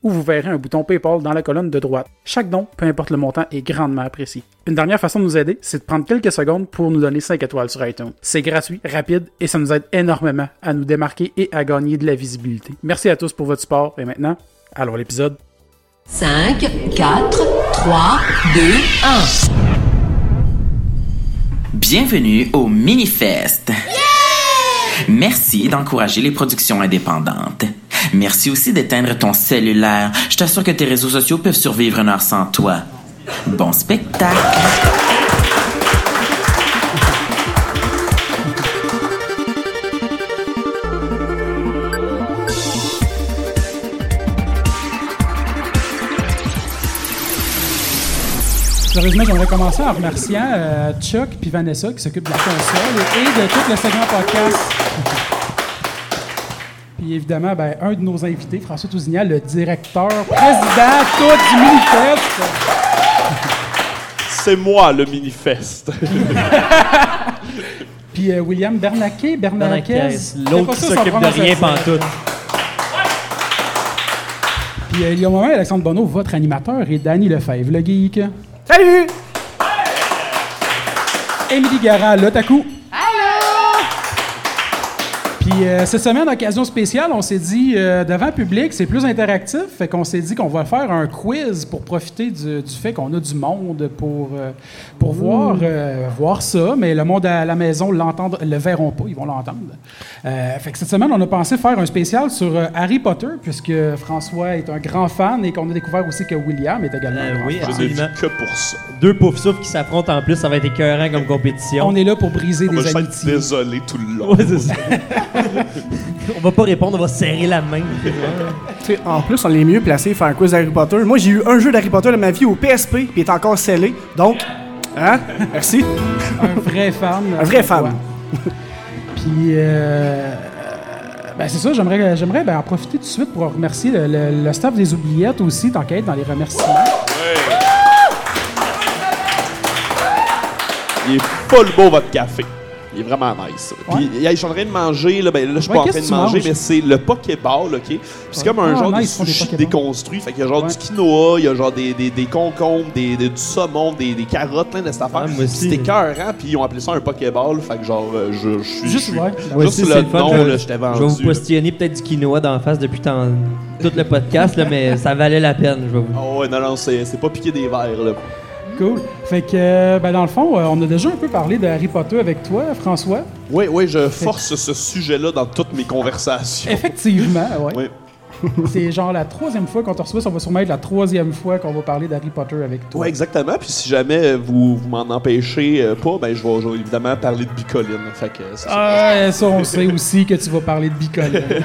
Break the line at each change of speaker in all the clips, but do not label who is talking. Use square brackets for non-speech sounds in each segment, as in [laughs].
où vous verrez un bouton PayPal dans la colonne de droite. Chaque don, peu importe le montant, est grandement apprécié. Une dernière façon de nous aider, c'est de prendre quelques secondes pour nous donner 5 étoiles sur iTunes. C'est gratuit, rapide et ça nous aide énormément à nous démarquer et à gagner de la visibilité. Merci à tous pour votre support et maintenant, allons à l'épisode.
5, 4, 3, 2, 1.
Bienvenue au Minifest. Merci d'encourager les productions indépendantes. Merci aussi d'éteindre ton cellulaire. Je t'assure que tes réseaux sociaux peuvent survivre une heure sans toi. Bon spectacle.
Sérieusement, j'aimerais commencer en remerciant euh, Chuck puis Vanessa qui s'occupent de la console et de tout le segment podcast. [laughs] Puis évidemment, ben, un de nos invités, François Tousignal, le directeur, président, tout du Minifest.
C'est moi le mini-fest.
Puis euh, William Bernacquet, Bernacquez.
L'autre qui s'occupe de rien pantoute.
Puis euh, il y a un moment, Alexandre Bonneau, votre animateur, et Danny Lefebvre, le geek.
Salut!
Émilie Garand, l'otaku. Allô! Puis euh, cette semaine, occasion spéciale, on s'est dit, euh, devant public, c'est plus interactif. Fait qu'on s'est dit qu'on va faire un quiz pour profiter du, du fait qu'on a du monde pour, euh, pour voir, euh, voir ça. Mais le monde à la maison l'entendre, le verront pas, ils vont l'entendre. Euh, fait que cette semaine, on a pensé faire un spécial sur euh, Harry Potter, puisque François est un grand fan et qu'on a découvert aussi que William est également un
Euh,
grand
oui,
fan.
Je ne vis
absolument.
que pour ça.
Deux poufs souffles qui s'affrontent en plus, ça va être écœurant comme compétition.
On est là pour briser
On
des
va juste être
amitiés.
désolé tout le long.
[laughs] Ouais, c'est ça. on va pas répondre, on va serrer la main.
Tu sais, en plus, on est mieux placé pour faire un quiz d'Harry Potter. Moi, j'ai eu un jeu d'Harry Potter de ma vie au PSP, puis il est encore scellé. Donc, hein? Merci.
Un vrai fan.
Un vrai fan.
Puis, euh, ben, c'est ça, j'aimerais, j'aimerais ben, en profiter tout de suite pour remercier le, le- le staff des Oubliettes aussi, tant qu'à être dans les remerciements.
Il est full beau votre café. Il est vraiment nice. Puis il y a- je suis en train de manger, là, ben, là je suis
Ouais,
pas en
qu'est-ce
train de
que tu
manger,
manges?
mais c'est le Pokéball, ok? Puis c'est comme un
Ah,
genre
nice, ils font
de
des
sushi
Pokéballs.
déconstruit. Fait qu'il y a genre
Ouais.
du quinoa, il y a genre des, des, des concombres, des, des- du saumon, des, des carottes, plein de cette affaire.
Ah, moi aussi.
C'était écœurant, puis ils ont appelé ça un Pokéball. Fait que genre, euh, je, je suis.
Juste,
je suis-
ouais.
Ouais,
juste
si,
le
c'est fun,
nom,
je-
là, j'étais vendu.
Je vais vous
là.
questionner peut-être du quinoa d'en face depuis tant- tout le podcast, là, mais ça valait la peine, je vais vous.
Oh, ouais, non, non, c'est c'est pas piqué des verres, là.
Cool. Fait que, euh, ben, dans le fond, euh, on a déjà un peu parlé de Harry Potter avec toi, François.
Oui, oui, je force ce sujet-là dans toutes mes conversations.
Effectivement, ouais.
Oui.
C'est genre la troisième fois qu'on te reçoit, ça va sûrement être la troisième fois qu'on va parler d'Harry Potter avec toi.
Oui, exactement. Puis si jamais vous, vous m'en empêchez euh, pas, ben je vais, je vais évidemment parler de bicoline. Fait que c'est ça.
Ah, ça, on sait aussi que tu vas parler de bicoline. [laughs]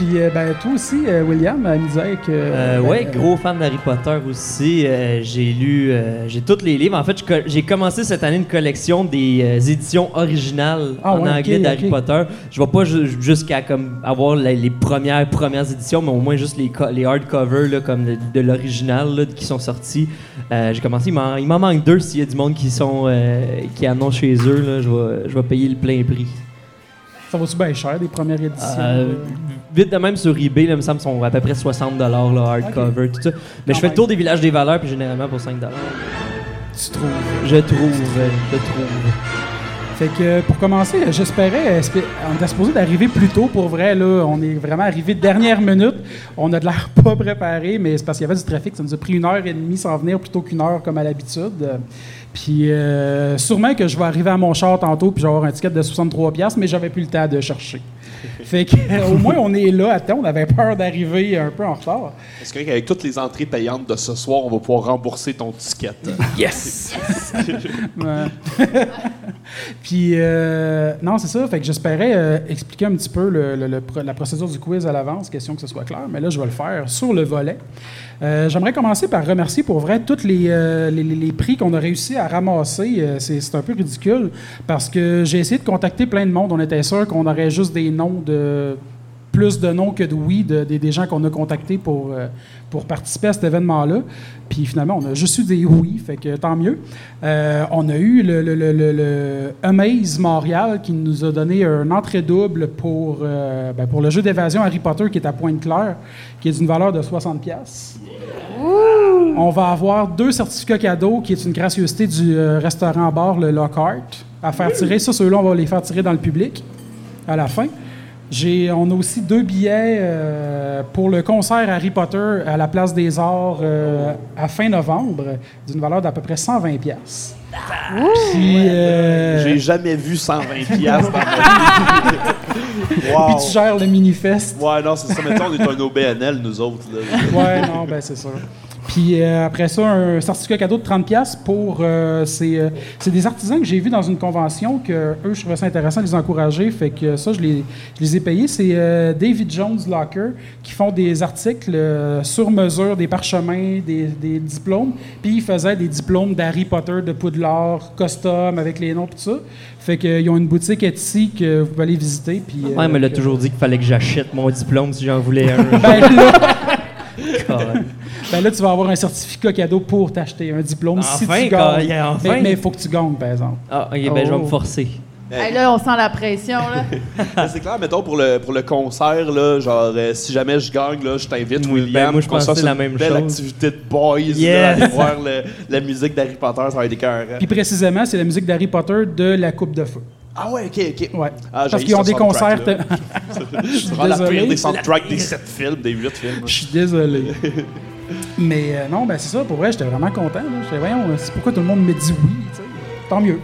Puis, euh, ben, toi aussi, euh, William, elle me disait que.
Euh,
ben,
ouais,
euh,
gros fan d'Harry Potter aussi. Euh, j'ai lu, euh, j'ai tous les livres. En fait, je co- j'ai commencé cette année une collection des euh, éditions originales
Ah
en
ouais,
anglais
ok,
d'Harry
ok.
Potter. Je vais pas ju- jusqu'à comme avoir la- les premières premières éditions, mais au moins juste les, co- les hardcovers là, comme de, de l'original là, qui sont sortis. Euh, j'ai commencé. Il m'en il m'en manque deux s'il y a du monde qui sont euh, qui en ont chez eux. là. Je vais je vais payer le plein prix.
Ça vaut-tu bien cher, des premières éditions?
Euh, vite de même sur eBay, là, il me semble, sont à peu près 60 le hardcover, tout ça. Mais
Quand
je fais
même.
le tour des villages des valeurs, puis généralement pour 5
tu trouves.
Je trouve, euh, je trouve.
Fait que euh, pour commencer, euh, j'espérais, euh, espé- on était supposé d'arriver plus tôt pour vrai, là. On est vraiment arrivé dernière minute. On a de l'air [laughs] pas préparé, mais c'est parce qu'il y avait du trafic. Ça nous a pris une heure et demie sans venir plutôt qu'une heure comme à l'habitude. Euh, Puis euh, sûrement que je vais arriver à mon char tantôt puis je vais avoir un ticket de 63$, piastres, mais j'avais plus le temps de chercher. Fait que [laughs] euh, au moins on est là à temps. On avait peur d'arriver un peu en retard.
Est-ce qu'avec toutes les entrées payantes de ce soir, Euh. on va pouvoir rembourser ton ticket?
Yes!
Ouais. [laughs] Puis, euh, non, c'est ça. Fait que j'espérais euh, expliquer un petit peu le- le- le pro- la procédure du quiz à l'avance, question que ce soit clair, mais là, je vais le faire sur le volet. Euh, J'aimerais commencer par remercier pour vrai tous les, euh, les- les- les prix qu'on a réussi à ramasser. Euh, c'est c'est un peu ridicule parce que j'ai essayé de contacter plein de monde. On était sûr qu'on aurait juste des noms de plus de noms que de oui de- des- des gens qu'on a contactés pour, euh, pour participer à cet événement-là. Puis finalement, on a juste eu des oui, fait que tant mieux. Euh, on a eu le, le- le- le- le Amaze Montréal qui nous a donné un entrée double pour, euh, ben, pour le jeu d'évasion Harry Potter qui est à Pointe-Claire, qui est d'une valeur de 60$. piastres. On va avoir deux certificats cadeaux, qui est une gracieuseté du euh, restaurant bar, le Lockhart, à faire tirer. Ça, ceux-là, on va les faire tirer dans le public à la fin. J'ai, on a aussi deux billets euh, pour le concert Harry Potter à la Place des Arts euh, à fin novembre, d'une valeur d'à peu près 120 pièces. Puis, euh,
J'ai jamais vu [laughs] 120 piastres dans ma vie.
puis tu gères le mini-fest.
wow. Ouais, non, c'est ça. Mettons, on est un OBNL, nous autres. Là.
Ouais, non, ben c'est sûr. Puis euh, après ça, un certificat cadeau de 30 pièces pour euh, c'est euh, c'est des artisans que j'ai vus dans une convention que euh, eux je trouvais ça intéressant de les encourager, fait que ça je les je les ai payés, c'est euh, David Jones Locker qui font des articles euh, sur mesure des parchemins, des, des diplômes, puis ils faisaient des diplômes d'Harry Potter, de Poudlard, custom avec les noms puis tout ça. Fait que euh, ils ont une boutique Etsy que vous pouvez aller visiter puis euh,
Ouais, mais elle a
que-
toujours dit qu'il fallait que j'achète mon diplôme si j'en voulais
[laughs]
un.
Ben, là,
Colin.
Ben là, tu vas avoir un certificat cadeau pour t'acheter un diplôme si
Enfin,
tu
quand-
gagnes.
yeah, enfin.
Mais il faut que tu gagnes, par exemple.
Ah, ok, ben je vais
Oh.
me forcer.
Hey, là, on sent la
[laughs]
pression. Là.
Mais c'est clair, mettons, pour le, pour le concert, là, genre, euh, si jamais je gagne, là, je t'invite,
Oui,
William.
ben, moi, je
qu'on se
pensais
fasse
la
une
même
belle
chose.
activité de boys, là,
Yes.
aller voir le- la musique d'Harry Potter, ça va être écœurant.
Puis précisément, c'est la musique d'Harry Potter de la Coupe de Feu.
Ah ouais, ok, ok.
Ouais.
Ah,
Parce
j'ai
qu'ils ont
ce
des concerts.
soundtrack, là. C'est vraiment la
désolé.
pire des soundtracks des 7 films, des 8 films.
Je suis désolé. [laughs] Mais euh, non, ben c'est ça. Pour vrai, j'étais vraiment content. là. J'étais, voyons, c'est pourquoi tout le monde me dit oui. tu sais. Tant mieux.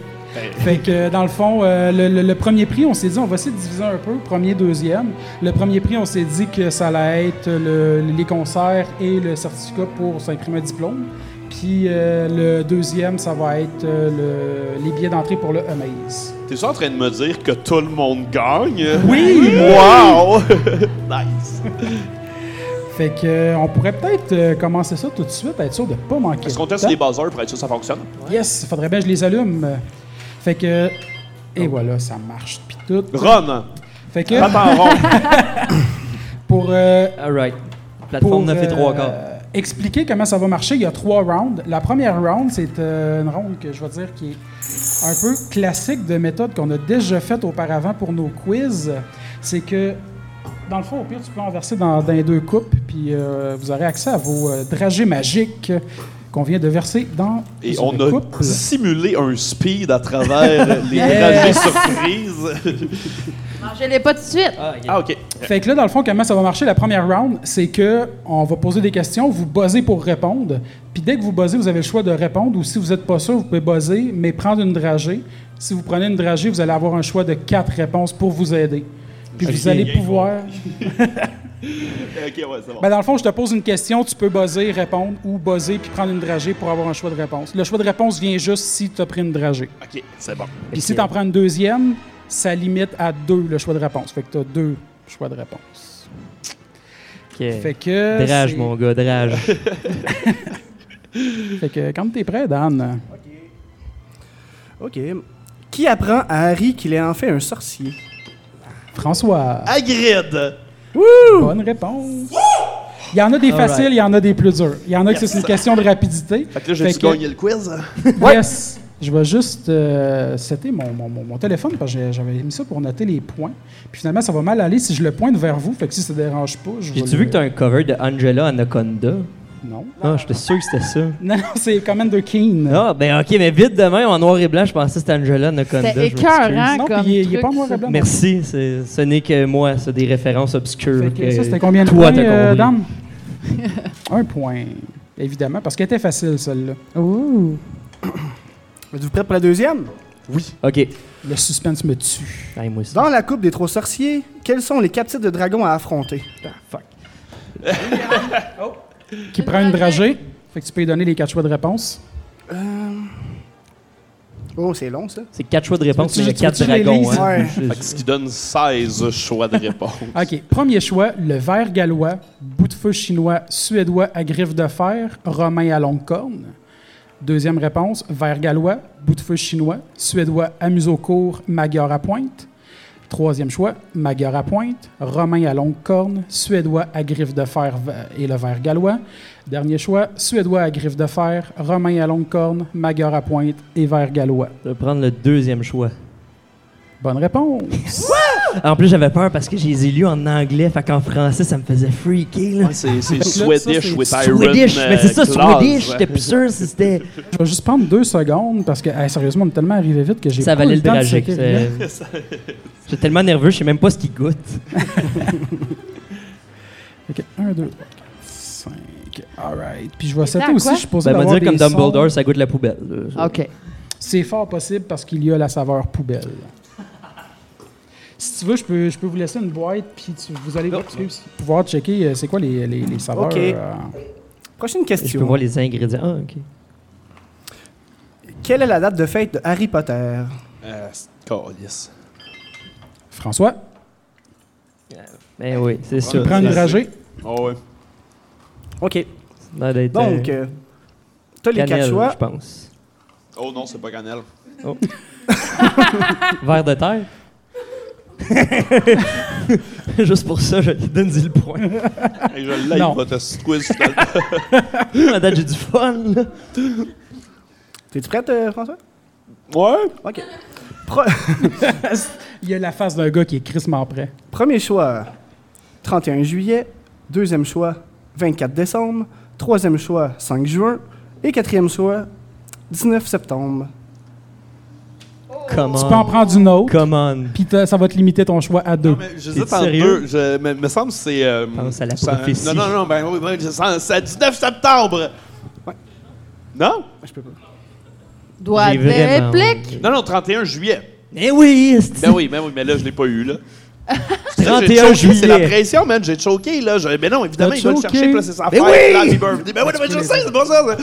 Fait que euh, dans le fond, euh, le, le- le premier prix, on s'est dit, on va essayer de diviser un peu, premier, deuxième. Le premier prix, on s'est dit que ça allait être le- les concerts et le certificat pour s'imprimer un diplôme. Puis euh, le deuxième, ça va être euh, le- les billets d'entrée pour le Amaze.
T'es sûr en train de me dire que tout le monde gagne?
Oui!
Wow! nice!
Fait que euh, on pourrait peut-être euh, commencer ça tout de suite, être sûr de pas manquer.
Est-ce qu'on
de
teste
temps.
les buzzers pour être sûr que ça fonctionne?
Yes, faudrait bien que je les allume. Fait que. Et voilà, ça marche. Puis tout.
Run!
Fait que
Attends, rond!
pour. euh,
Alright.
pour,
Plateforme 9 et 3 quarts.
euh, expliquer comment ça va marcher, il y a trois rounds. La première round, c'est euh, une round que je vais dire qui est un peu classique de méthode qu'on a déjà faite auparavant pour nos quiz. C'est que, dans le fond, au pire, tu peux en verser dans, dans les deux coupes, puis euh, vous aurez accès à vos euh, dragées magiques qu'on vient de verser dans
Et
une
on a
coupe.
simulé un speed à travers les dragées surprises.
Mangez-les pas tout de suite.
Ah, yeah.
ah, ok.
Fait que là, dans le fond, comment ça va marcher la première round, c'est que on va poser des questions, vous buzzez pour répondre, puis dès que vous buzzez, vous avez le choix de répondre, ou si vous n'êtes pas sûr, vous pouvez buzzer, mais prendre une dragée. Si vous prenez une dragée, vous allez avoir un choix de quatre réponses pour vous aider. Puis vous allez pouvoir...
Ok, ouais, c'est bon.
Ben, dans le fond, je te pose une question, tu peux buzzer, répondre, ou buzzer, puis prendre une dragée pour avoir un choix de réponse. Le choix de réponse vient juste si tu as pris une dragée.
Ok, c'est bon.
Puis si tu en prends une deuxième, ça limite à deux le choix de réponse. Fait que tu as deux choix de réponse.
Ok.
Fait que...
Drage,
c'est-
mon gars, drage.
Fait que quand t'es prêt, Dan.
OK. Qui apprend à Harry qu'il est en fait un sorcier?
François,
Hagrid!
bonne réponse. Il y en a des
Alright.
faciles, il y en a des plus durs. Il y en a que
Yes.
c'est une question de rapidité.
Fait que là, j'ai-tu
que-
gagné le quiz?
Yes. Je vais juste euh, setter mon, mon- mon- mon téléphone parce que j'ai- j'avais mis ça pour noter les points. Puis finalement, ça va mal aller si je le pointe vers vous. Fait que si ça dérange pas, je vais
J'ai-tu
le-
vu que t'as un cover de Angela Anaconda?
Non. [laughs]
Ah, j'étais sûr que c'était ça.
Non, c'est Commander Keen.
Ah, ben ok, mais vite demain, en noir et blanc, je pensais que c'était Angela Anaconda.
C'était
je m'excuse.
écœurant
Non, puis
comme
il est- il est
truc.
pas en noir et
ça.
blanc.
Merci, c'est- ce n'est que moi, c'est des références
Fait
obscures.
que
que
ça, c'était combien de
toi,
points,
t'as
euh,
compris.
Dan?
[laughs]
Un point, évidemment, parce qu'elle était facile, celle-là.
Êtes-vous prêts pour la deuxième?
Ok.
Le suspense me tue.
Ah, moi aussi.
Dans la coupe des trois sorciers, quels sont les captifs de dragons à affronter?
Qui prend une dragée. Fait que tu peux lui donner les quatre choix de réponse.
Oh, c'est long, ça.
C'est quatre choix de réponse,
Tu
mais
veux-
il y a
tu veux-
quatre
tu veux- tu les
dragons.
lises?
hein. [laughs]
Ouais.
Je-
Fait que ce qui donne 16 choix de réponse.
OK. Premier choix, le ver gallois, bout de feu chinois, suédois à griffes de fer, romain à longue corne. Deuxième réponse, ver gallois, bout de feu chinois, suédois à museau court, magyar à pointe. Troisième choix, magyar à pointe, romain à longue corne, suédois à griffes de fer v- et le ver gallois. Dernier choix, suédois à griffes de fer, romain à longue corne, magyar à pointe et ver gallois.
Je vais prendre le deuxième choix.
Bonne réponse.
En plus, j'avais peur parce que je les ai lus en anglais, fait qu'en français, ça me faisait freaker. Là.
[laughs] Ouais, c'est c'est
ça,
Swedish
c'est
with Iron
Swedish, mais c'est ça,
euh, claws.
Swedish, j'étais plus sûr si c'était.
Je vais juste prendre deux secondes parce que, hey, sérieusement, on est tellement arrivé vite que j'ai
Ça
pas
valait
eu
le
temps de
tragique.
s'écrire.
J'étais tellement nerveux, je sais même pas ce qu'il goûte.
Ok, 1, 2, 3, 4, 5. Alright. Puis je vais
T'étais
sauter aussi,
à quoi?
je suis supposé
Ça Ben, va
d'avoir
dire comme
des
Dumbledore,
sons. Ah,
ça goûte la poubelle. là.
Ah.
Ça-
OK.
C'est fort possible parce qu'il y a la saveur poubelle. [laughs] Si tu veux, je peux, je peux vous laisser une boîte, puis tu- vous
Oh.
allez pouvoir checker euh, c'est quoi les, les, les saveurs.
Ok.
euh,
Prochaine
Je
question.
peux voir les ingrédients. Ah, ok.
Quelle est la date de fête de Harry Potter?
Euh, c'est- calisse.
François,
Ben oui, c'est
tu
sûr.
prends une
C'est-
ragée.
Oh, ouais.
OK.
ça a l'air d'être,
Donc,
euh,
euh, t'as les
cannelle,
quatre choix.
je pense.
oh non, c'est pas cannelle.
Verre de
[laughs]
terre. Juste pour ça, je lui donne le point.
Hey, je l'ai,
Non.
il va te squeeze dans le-
À date, j'ai du fun, là.
T'es-tu prête, euh, François?
[laughs] Ouais.
OK. Pro-
[laughs] Il y a la face d'un gars qui est crissement prêt.
Premier choix, 31 juillet. Deuxième choix, 24 décembre. Troisième choix, 5 juin. Et quatrième choix, 19 septembre.
Come
Tu peux en
on.
prendre une autre,
Come on.
puis t'as- ça va te limiter ton choix à deux.
Non, mais j'hésite
T'es
entre
sérieux?
deux. Je, mais me semble que c'est. euh,
Pense à la
ça-
prophétie.
Non, non, non, ben oui, ben, je sens- c'est le 19 septembre!
Ouais.
Non?
Je peux pas.
Doit
J'ai vraiment-
réplique.
Non, non, 31 juillet.
Eh oui, c'est-
Ben oui, ben oui, mais là, je l'ai pas eu, là. Ben, C'est ça, j'ai
31
choqué, C'est la
juillet.
pression, man, j'ai choqué, là. Je- mais non, évidemment,
T'as
ils veulent
choqué.
chercher, puis là, c'est sa
Mais
fête,
oui!
là, happy birthday. Ben oui, non, mais je sais, c'est pas ça. ça.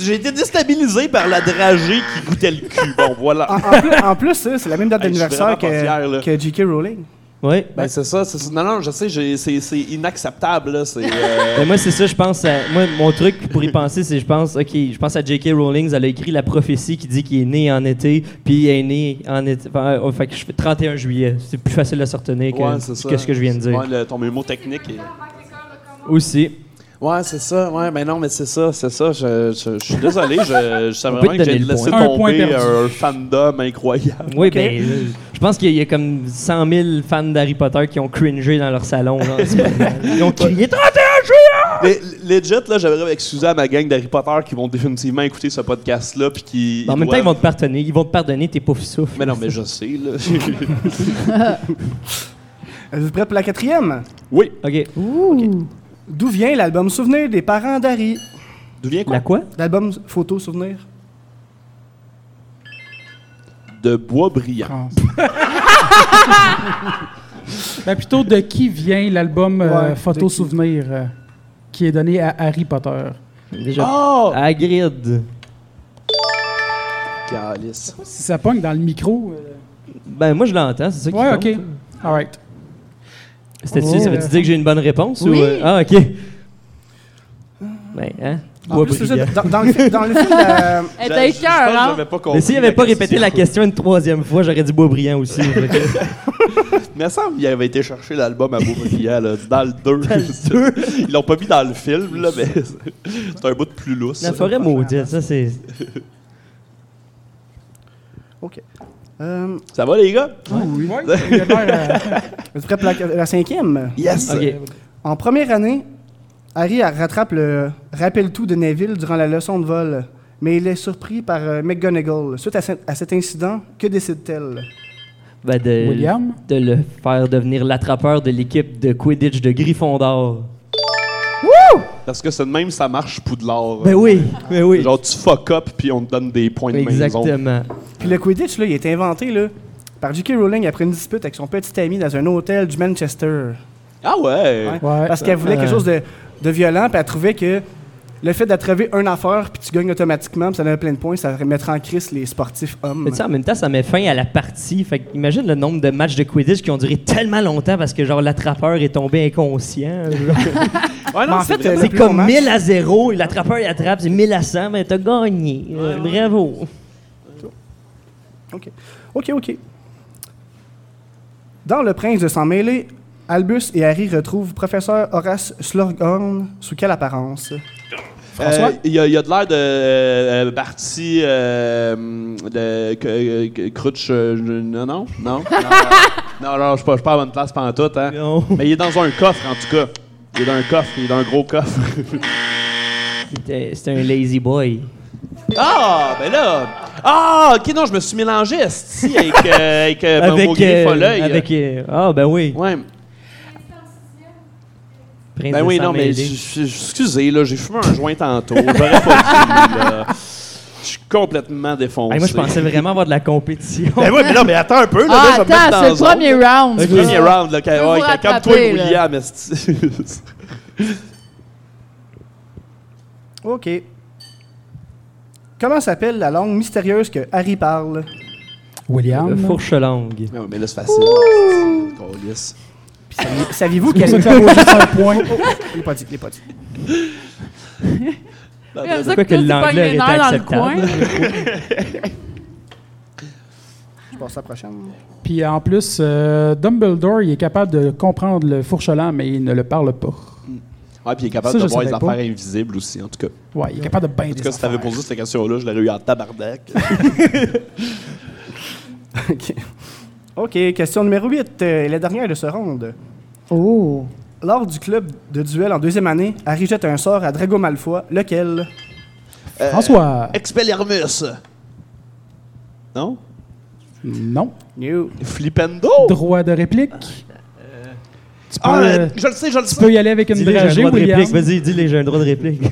J'ai été déstabilisé par la dragée qui goûtait le cul. Bon,
En,
voilà.
Ah.
en plus, en plus, ça, c'est la même date
[laughs] Hey, je suis
d'anniversaire
vraiment pas fier, là.
que, que J.K. Rowling.
Ouais.
Ben, c'est ça, c'est ça. Non, non, je sais, j'ai- c'est c'est inacceptable, là. C'est. euh,
Ben, moi, c'est ça, je pense à. Moi, mon truc pour y penser, c'est je pense, OK, je pense à J.K. Rowling, elle a écrit la prophétie qui dit qu'il est né en été, puis il est né en été. Enfin, oh, fait que je fais 31 juillet. C'est plus facile à se retenir que
ouais, c'est ça.
que ce que je viens de dire.
Ouais, le- ton mot technique est.
Aussi.
Ouais, c'est ça. Ouais, mais non, mais c'est ça, c'est ça. Je, je, je suis désolé. Je, je savais
On peut
vraiment
te
que j'ai
donner le
laissé
point. Un point
tomber
perdu.
un fandom incroyable.
Oui, ben, euh, je pense qu'il y a comme 100 000 fans d'Harry Potter qui ont cringé dans leur salon. là, en ce [laughs] moment. Ils ont crié 31 juillet!
Mais legit, là, j'aimerais excuser à ma gang d'Harry Potter qui vont définitivement écouter ce podcast-là. Puis qui.
En même temps,
doivent-
ils vont te pardonner. Ils vont te pardonner tes pauvres souffles.
Mais non, mais je sais, là. [laughs]
Êtes-vous prête pour la quatrième?
oui.
OK.
D'où vient l'album souvenir des parents d'Harry?
D'où vient quoi
La quoi?
L'album photo souvenir?
De bois brillant.
[laughs] France. ben plutôt de qui vient l'album euh,
Ouais, de
Photo
qui?
Souvenir euh, qui est donné à Harry Potter.
Déjà.
Oh!
Ah! Hagrid.
Calice.
Si ça pogne dans le micro. euh,
Ben, moi, je l'entends, c'est ça qui
Ouais,
compte.
ok. Alright.
C'était-tu,
Oh.
ça veut-tu dire que j'ai une bonne réponse?
Oui.
Ou, euh, ah, OK. Ben, hein?
Ah,
En
Bois
plus, c'est ça,
brillant.
dans, dans le, fi- dans
[laughs]
le film euh, de-
Elle t'a
Je- je pense que
hein?
j'avais pas compris
Mais s'il avait pas répété la
question.
question une troisième fois, j'aurais dit bois brillant aussi. [laughs] Fait que-
Mais ça, il avait été chercher l'album à Beaubriand, là, dans le 2. [laughs]
le
Ils l'ont pas mis dans le film, là, mais [laughs] c'est un bout de plus lousse.
la forêt maudite, ça, c'est...
OK. Euh,
Ça va, les gars?
Oui. il a l'air, euh,
êtes-vous prête pour la, la cinquième?
Yes!
OK.
En première année, Harry rattrape le rappel tout de Neville durant la leçon de vol, mais il est surpris par euh, McGonagall. Suite à, ce- à cet incident, que décide-t-elle?
Ben, de,
William?
De le faire devenir l'attrapeur de l'équipe de Quidditch de Gryffondor.
Parce que c'est de même, ça marche Poudlard.
Ben oui, ben oui.
Genre, tu fuck up, puis on te donne des points de maison.
Exactement.
Puis le Quidditch, là, il est inventé là, par J.K. Rowling après une dispute avec son petit ami dans un hôtel du Manchester.
Ah ouais!
Ouais.
Ouais.
Parce qu'elle voulait quelque chose de, de violent, puis elle trouvait que le fait d'attraver un affaire puis tu gagnes automatiquement, puis ça donne plein de points, ça remettra en crise les sportifs hommes.
Mais tu sais, en même temps, ça met fin à la partie. Fait que imagine le nombre de matchs de Quidditch qui ont duré tellement longtemps parce que, genre, l'attrapeur est tombé inconscient. Genre,
Ouais,
Mais en
non, c'est
fait,
vrai.
le
c'est
plus
comme
long match-
1000 à 0. L'attrapeur, il attrape, c'est 1000 à 100. Mais t'as gagné. Euh, Bravo.
OK. OK, OK. Dans Le Prince de s'en mêler, Albus et Harry retrouvent professeur Horace Slughorn sous quelle apparence?
François?
Euh, Il y, a- il y a de l'air de euh, partie euh, de que- que- Crutch. euh, je- non, non, non. Non, euh, non, non, je suis pas, je suis pas à bonne place pendant tout. Hein.
Non.
Mais il est dans un coffre, en tout cas. Il est dans un coffre, il est dans un gros
[laughs]
coffre.
C'était c'était un lazy boy.
ah, ben là. Ah, ok, non, je me suis mélangé, esti, avec, euh, avec, euh, mon beau gris
euh,
Folleuil.
avec, euh, Ah, ben oui.
Ouais.
Prince
Ben
de
oui, non, mais
Saint-Mêlé.
je- je- je- excusez, là, j'ai fumé un joint tantôt. J'aurais pas dû, là. Je suis complètement défoncé.
Ah, moi, je pensais vraiment avoir de la compétition.
Ben oui, mais non, mais attends un peu, là,
Ah,
là, je vais me mettre
attends,
dans
c'est le
zone.
premier round.
C'est le premier
Ah.
round, là, quand,
Vous
ouais,
vous
quand- quand toi,
rattrapez, là.
William, esti.
OK. Comment s'appelle la langue mystérieuse que Harry parle?
Le
[laughs] William.
[laughs] fourche langue.
Non, [laughs] mais là, c'est facile. esti, câlisse.
Puis saviez- Saviez-vous
C'est pour ça
quelle...
que ça vaut juste un point.
[laughs] Il est pas dit, il est pas dit.
Non,
Comme
non,
Pourquoi
ça
que
toi, tu pognes
l'anglais
les
était
nerfs dans le
acceptable?
coin.
[laughs]
Je passe à la prochaine.
Puis en plus, euh, Dumbledore, il est capable de comprendre le fourchelant, mais il ne le parle pas.
Ouais, puis il est capable
Ça,
de
je
voir les
savais
affaires
pas.
invisibles aussi, en tout cas.
Ouais, il est capable de bien
En tout cas, si t'avais posé cette question-là, je l'aurais eu en tabarnak.
OK. OK, question numéro 8. et la dernière de ce round.
Oh.
Lors du club de duel en deuxième année, Harry jette un sort à Drago Malfoy. Lequel?
[laughs] François!
Euh, Expelliarmus! Non? euh,
Non.
New.
Flipendo!
Droit de réplique? Tu peux,
Ah,
euh,
je le sais, je le
tu
sais!
peux y aller avec une
Dis-les, j'ai un
dragée,
droit de
William.
réplique. Vas-y, dis-les, j'ai un droit de réplique.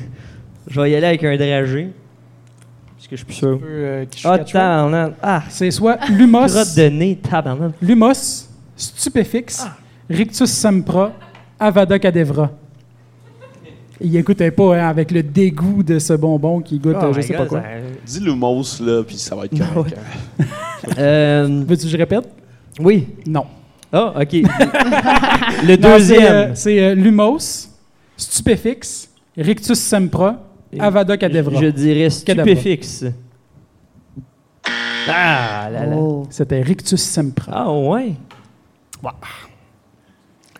je vais y aller avec un dragé. Parce que je suis plus sûr.
Euh, qui
Ah,
je suis quatre
tabarnak. Ah,
C'est soit Lumos,
crotte de nez, tabarnak.
Lumos, Stupéfix,
Ah.
Rictus Sempra, Avada Kedavra. Il écoutait pas hein, avec le dégoût de ce bonbon qui goûte
Oh
euh, je
my
sais pas
God,
quoi.
ça-
Dis Lumos, là, puis ça va
Ah
être correct. hein.
Euh,
Veux-tu que je répète?
oui.
Non.
Ah, OK. le
Non, c'est,
deuxième.
euh, C'est euh, Lumos, Stupéfix, Rictus Sempra, Avada Kedavra.
Je, je dirais
Kedavra.
stupéfixe. Ah, là, là.
Oh.
C'était Rictus Sempra.
Ah, ouais.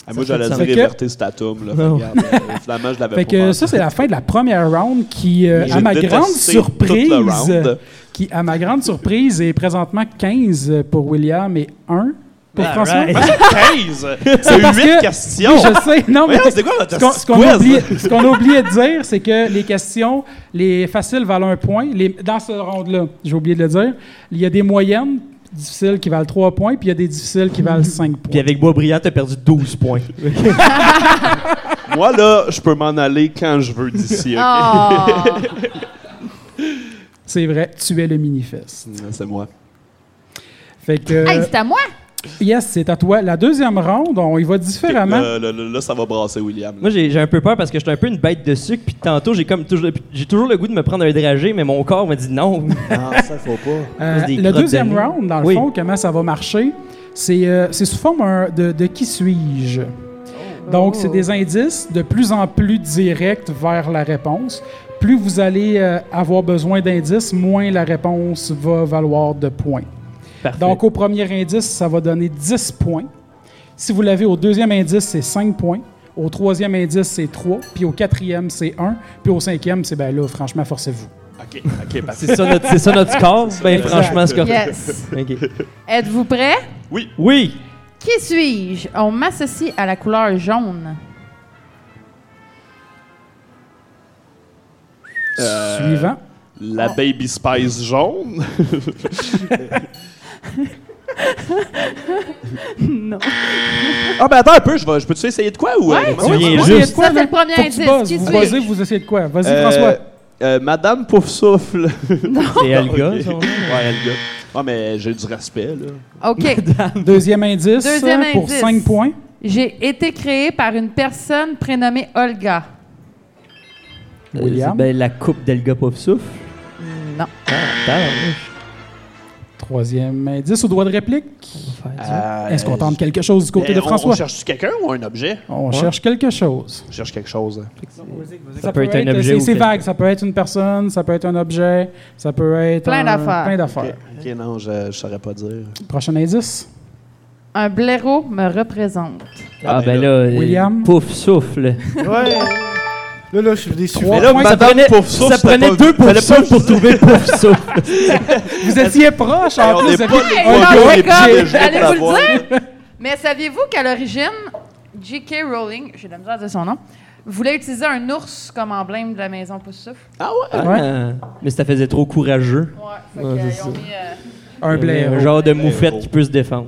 Ah, moi,
Ça
j'allais dire
fait
que- Ah
Liberté Statum, là. Fait que,
Non.
regarde, euh, finalement, je l'avais
Fait
pas
que
pensé.
ça, c'est la fin de la première round qui, euh,
J'ai
à ma
détesté
grande
tout le round.
surprise, qui, à ma grande surprise, est présentement 15 pour William et 1 pour
All
François.
right.
[laughs]
15! C'est
parce
8
que-
questions!
Oui, je sais. Non, mais
Voyons, c'est quoi votre
ce qu'on- ce qu'on
quiz?
oubliait- ce qu'on a oublié de dire, c'est que les questions, les faciles valent un point. Les- dans ce round-là, j'ai oublié de le dire, il y a des moyennes difficiles qui valent 3 points, puis il y a des difficiles qui valent 5
Puis
points.
avec Boisbriand, t'as perdu 12 points.
Moi, là, je peux m'en aller quand je veux d'ici, hein. OK?
Ah.
C'est vrai, tu es le mini-fest.
C'est moi.
Fait que,
Hey, c'est
[laughs]
à moi?
yes, c'est à toi. La deuxième round, on y va différemment.
Là, là, là, là, ça va brasser, William.
[laughs] Moi, j'ai j'ai un peu peur parce que j'étais un peu une bête de sucre. Puis tantôt, j'ai comme toujours, j'ai toujours le goût de me prendre un dragé, mais mon corps m'a dit non.
Non, ça, faut pas.
Euh,
Plus des
le
crottes
deuxième
de nez.
round, dans le
Oui.
fond, comment ça va marcher, c'est euh, c'est sous forme un- de, de qui suis-je. Donc, c'est des indices de plus en plus directs vers la réponse. Plus vous allez euh, avoir besoin d'indices, moins la réponse va valoir de points.
Parfait.
Donc, au premier indice, ça va donner 10 points. Si vous l'avez au deuxième indice, c'est 5 points. Au troisième indice, c'est 3. Puis au quatrième, c'est 1. Puis au cinquième, c'est ben là, franchement, forcez-vous.
OK, OK, parti.
c'est ça notre, c'est ça notre score? Ben,
Exact.
franchement, ce
Yes.
Ok.
Êtes-vous prêts?
Oui!
Qui suis-je? On m'associe à la couleur jaune.
Euh,
Suivant.
La Baby Spice jaune.
Non.
Ah, ben attends un peu, je, vais, je peux-tu essayer de quoi? Ou, euh,
Ah Ouais,
comment
tu
ça
viens
marche?
juste.
de quoi,
Ça, c'est
là?
le premier
Faut que tu
indice.
bosses.
Qui
Vous
suis-je?
buzzez, vous essayez de quoi? Vas-y,
Euh,
François.
euh, Madame Poufsouffle. [laughs]
C'est Elga,
Ok.
son nom.
Ouais, Elga. Ouais, mais j'ai du respect, là.
[laughs]
OK.
Deuxième indice
Deuxième
euh, pour
indice.
5 points.
J'ai été créé par une personne prénommée Olga.
Euh,
William?
ben, la coupe d'Elga Poufsouffle.
Non.
Ah, tabarnouche.
Troisième indice au doigt de réplique.
Faut faire dur.
Euh,
Est-ce qu'on tente quelque chose du côté
eh,
de
on-
François?
On cherche quelqu'un ou un objet?
On cherche quelque chose.
On cherche quelque chose.
Ça, peut être un objet
c'est-
ou
C'est
quelque-
vague. Ça peut être une personne, ça peut être un objet, ça peut être.
Plein
un-
d'affaires.
Plein
Ok,
d'affaires.
ok, non, je ne saurais pas dire.
Prochain indice.
[laughs] Un blaireau me représente.
Ah, ben là, euh,
William?
pouf souffle.
Ouais. Là, là, je suis déçu.
Trois.
Mais là,
points,
ça
Madame
prenait,
Poufsouffle,
ça
c'était
prenait
pas-
deux pouf
fallait pas
souffle pour
que je
trouver pouf
[laughs]
souffle.
Vous étiez proche
Eh,
en
on
plus.
n'est
vous
pas
aviez-
les
Eh, non,
Bonjour,
mais
les
comme,
petits déjeuners
j'allais
de la
vous le
voix.
Mais saviez-vous qu'à l'origine, J.K. Rowling, j'ai de la misère à dire son nom, voulait utiliser un ours comme emblème de la maison Poussouf.
Ah ouais?
Ouais.
Ah, mais ça faisait trop courageux.
Ouais, fait
Ouais,
que,
c'est
ils ont
ça.
mis, euh,
Un
Un
blaireau.
genre de moufette
Blaireau.
qui peut se défendre.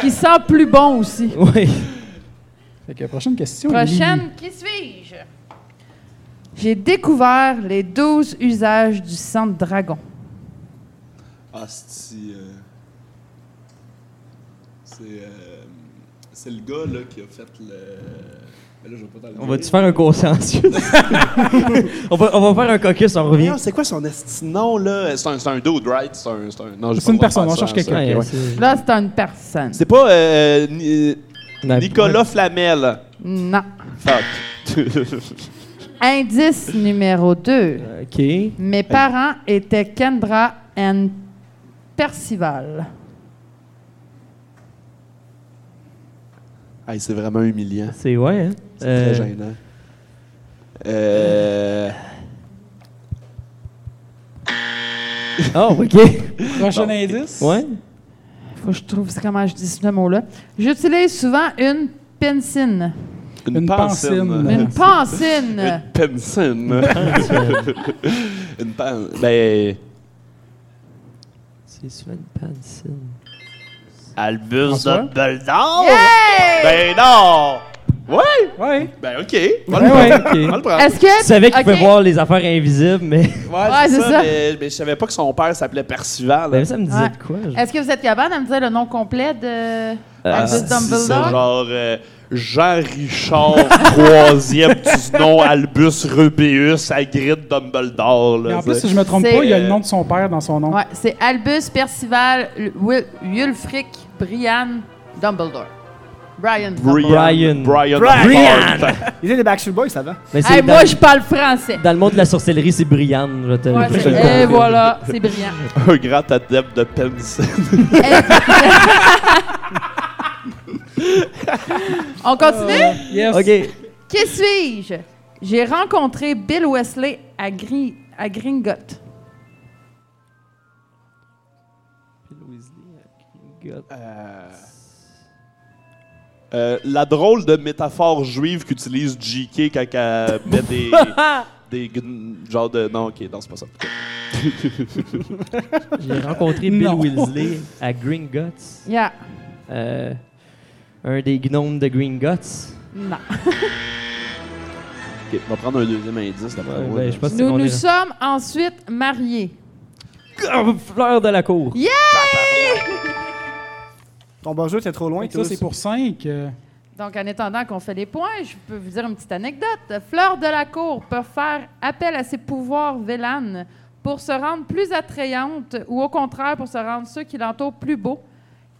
qui sent plus bon aussi.
oui.
Fait que prochaine question. Émilie.
Prochaine, qui suis-je? J'ai découvert les 12 usages du sang de dragon.
Ah, c'est. euh, C'est. euh, C'est le gars, là, qui a fait le. Mais là, je vais pas t'en le
On
dire.
va-tu faire un consensus? [laughs] on, va, on va faire un caucus, on revient.
Voyons, C'est quoi son esti de nom, là? C'est un, c'est un dude, right? C'est un, c'est un- non, j'ai
C'est une
pas le
personne,
droit de faire
on
ça,
cherche
ça.
quelqu'un.
Ouais,
Ok, ouais.
c'est-
Là, c'est une personne.
C'est pas euh, Ni-
Ben,
Nicolas Flamel.
Non.
Fuck.
Indice numéro 2.
ouais. OK.
Mes parents étaient Kendra and Percival.
[laughs] Hey, c'est vraiment humiliant.
C'est ouais, hein?
C'est
Euh,
très gênant. Euh...
Ah, OK.
Prochain indice.
ouais.
Faut que je trouve c'est comment je dis ce mot-là. J'utilise souvent une pensine.
Une
Ben,
pancine.
Une pensine.
Une pensine. [laughs] Une pan... Ben...
C'est souvent une pancine.
Albus
François?
de Beldor?
Hey!
Ben non! Ouais!
Ouais.
Ben OK. On va
Ouais, ouais.
le prendre.
OK.
On va le prendre.
Est-ce que.
Tu savais qu'il
ok,
pouvait voir les affaires invisibles, mais... [laughs]
Ouais, c'est
c'est
ça.
ça.
Mais, mais je savais pas que son père s'appelait Percival.
Ben, ça me disait
Ouais. Euh,
de quoi? je-
Est-ce que vous êtes capable de me dire le nom complet de.
Ah,
Albus
si,
Dumbledore?
C'est genre euh, Jean-Richard [laughs] troisième du nom Albus Rubeus Hagrid Dumbledore.
Mais
Là,
en plus,
tu sais.
si je me trompe
C'est- euh,
pas, il y a le nom de son père dans son nom.
Ouais, c'est Albus Percival Wil- Wulfric Brian Dumbledore. Brian. Dumbledore.
Brian.
Brian.
Brian.
Dumbledore.
Il était des Backstreet Boys avant.
Mais c'est
Hey,
dans,
moi, je parle français.
dans le monde de la sorcellerie, c'est Brianne, je te
Ouais,
je te
c'est- euh,
le
et
confirme.
voilà,
[laughs]
c'est brillant.
[laughs] Un grand adepte de Pence.
On
Euh.
continue?
Yes.
OK.
Qui suis-je? J'ai rencontré Bill Wesley à, Gri- à Gringotts.
Euh, la drôle de métaphore juive qu'utilise J.K. quand elle
[laughs]
met des. des gn- genre de. Non, ok, non, c'est pas ça.
J'ai rencontré Bill
Non.
Weasley à Green Guts.
Yeah.
Euh, un des gnomes de Green Guts.
Non.
Ok, on va prendre un deuxième indice d'après
Ouais,
moi.
ben,
là.
je pense que
Nous
on
nous
est-
sommes ensuite mariés.
Ah, Fleur de la cour.
Yeah!
Ton bonjour était trop loin.
Ça, c'est pour euh, 5.
Donc, en attendant qu'on fait les points, je peux vous dire une petite anecdote. Fleur de la Cour peut faire appel à ses pouvoirs vélanes pour se rendre plus attrayante ou au contraire pour se rendre ceux qui l'entourent plus beaux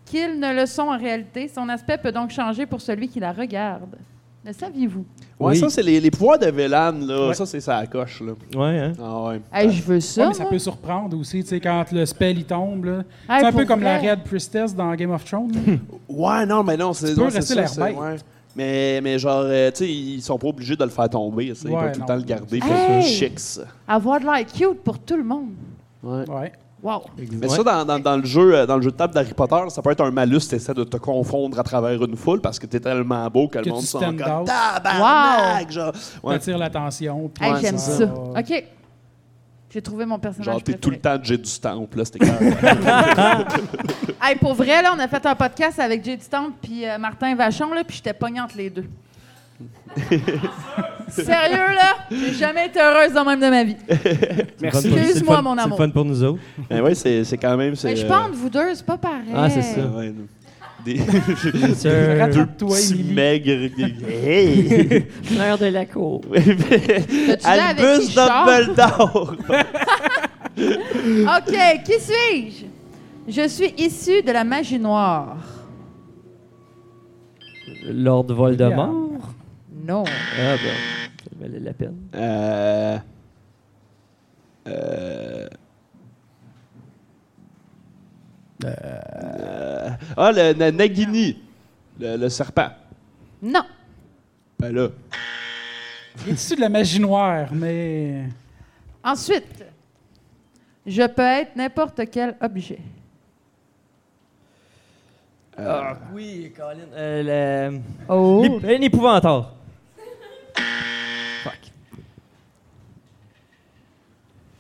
qu'ils ne le sont en réalité. Son aspect peut donc changer pour celui qui la regarde. Le saviez-vous?
Ouais,
Oui.
ça, c'est les, les pouvoirs de Vélan, là.
Ouais.
Ça, c'est ça la coche, là.
Ouais, hein?
Ah ouais.
Hey, je veux
Ouais,
ça.
mais ça
moi.
peut surprendre aussi, tu sais, quand le spell il tombe. là.
Hey,
c'est un
pour
peu comme la
vrai.
Red Priestess dans Game of Thrones.
[laughs]
là.
Euh, Ouais, non, mais non, c'est
peux
non, c'est
rester
ça,
l'air
c'est-
bête.
ouais. Mais, mais genre, euh, tu sais, ils sont pas obligés de le faire tomber. tu sais, Ils
Ouais,
peuvent tout le
non.
temps le garder comme
Hey!
chicks.
Avoir de l'air cute pour tout le monde.
Ouais.
Ouais.
Wow!
Mais
Ouais.
ça, dans, dans- dans le jeu, euh, dans le jeu de table d'Harry Potter, ça peut être un malus, t'essaies de te confondre à travers une foule parce que t'es tellement beau que,
Que
le monde
tu
s'en
stand
comme
out. Ben,
tabarnak, genre. Ouais,
T'attires l'attention. puis-
Hey,
Ouais,
Ah, J'aime
c'est ça.
ça. OK. J'ai trouvé mon personnage
genre, t'es
préféré.
tout le temps j'ai du temple, là,
[laughs]
c'était clair.
Hey, pour vrai, là, on a fait un podcast avec Jay Stamp puis euh, Martin Vachon, là, puis j'étais pognée entre les deux. Sérieux, là? J'ai jamais été heureuse dans même de ma vie.
Merci.
Excuse-moi, mon amour.
C'est le fun pour nous autres.
mais ouais, c'est c'est quand même. c'est,
Mais Ben, je
euh,
parle de vous deux, c'est pas pareil.
Ah, c'est ça.
ouais, non.
[laughs]
Des
Sir.
Euh,
deux
Rattrape-toi,
[laughs] petits
Émilie.
maigres. qui- Hey!
Fleur de la cour.
avec
Albus
Richard?
Dumbledore!
OK, qui suis-je? Je suis issu de la magie noire.
Lord Voldemort.
Non.
Ah ben, ça valait la peine.
Euh. Euh. Euh. Ah, le, le Nagini, le, le serpent.
Non.
Ben là,
Il est issu de la magie noire, mais.
Ensuite, je peux être n'importe quel objet.
Ah oui, Colin. Euh, le...
Oh.
l'ép- Un épouvantard. Fuck.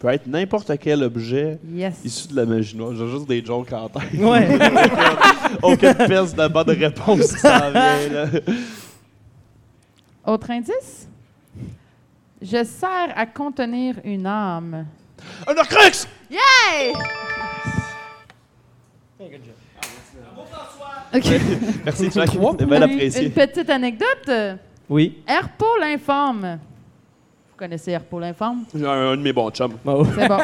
peut être n'importe quel objet
Yes.
issu de la magie noire. J'ai juste des jokes en tête.
Ouais.
[laughs] Aucune pièce de bonne réponse qui s'en vient, là.
Autre indice? Je sers à contenir une âme.
[laughs] Un Horcrux!
Hey! OK.
Merci, Jack.
Trois
C'est bien
points.
Une
apprécié.
petite anecdote.
[laughs] oui.
Herpo l'informe. Vous connaissez Herpo l'informe?
J'ai un, un de mes bons chums.
Bon. oh.
C'est bon.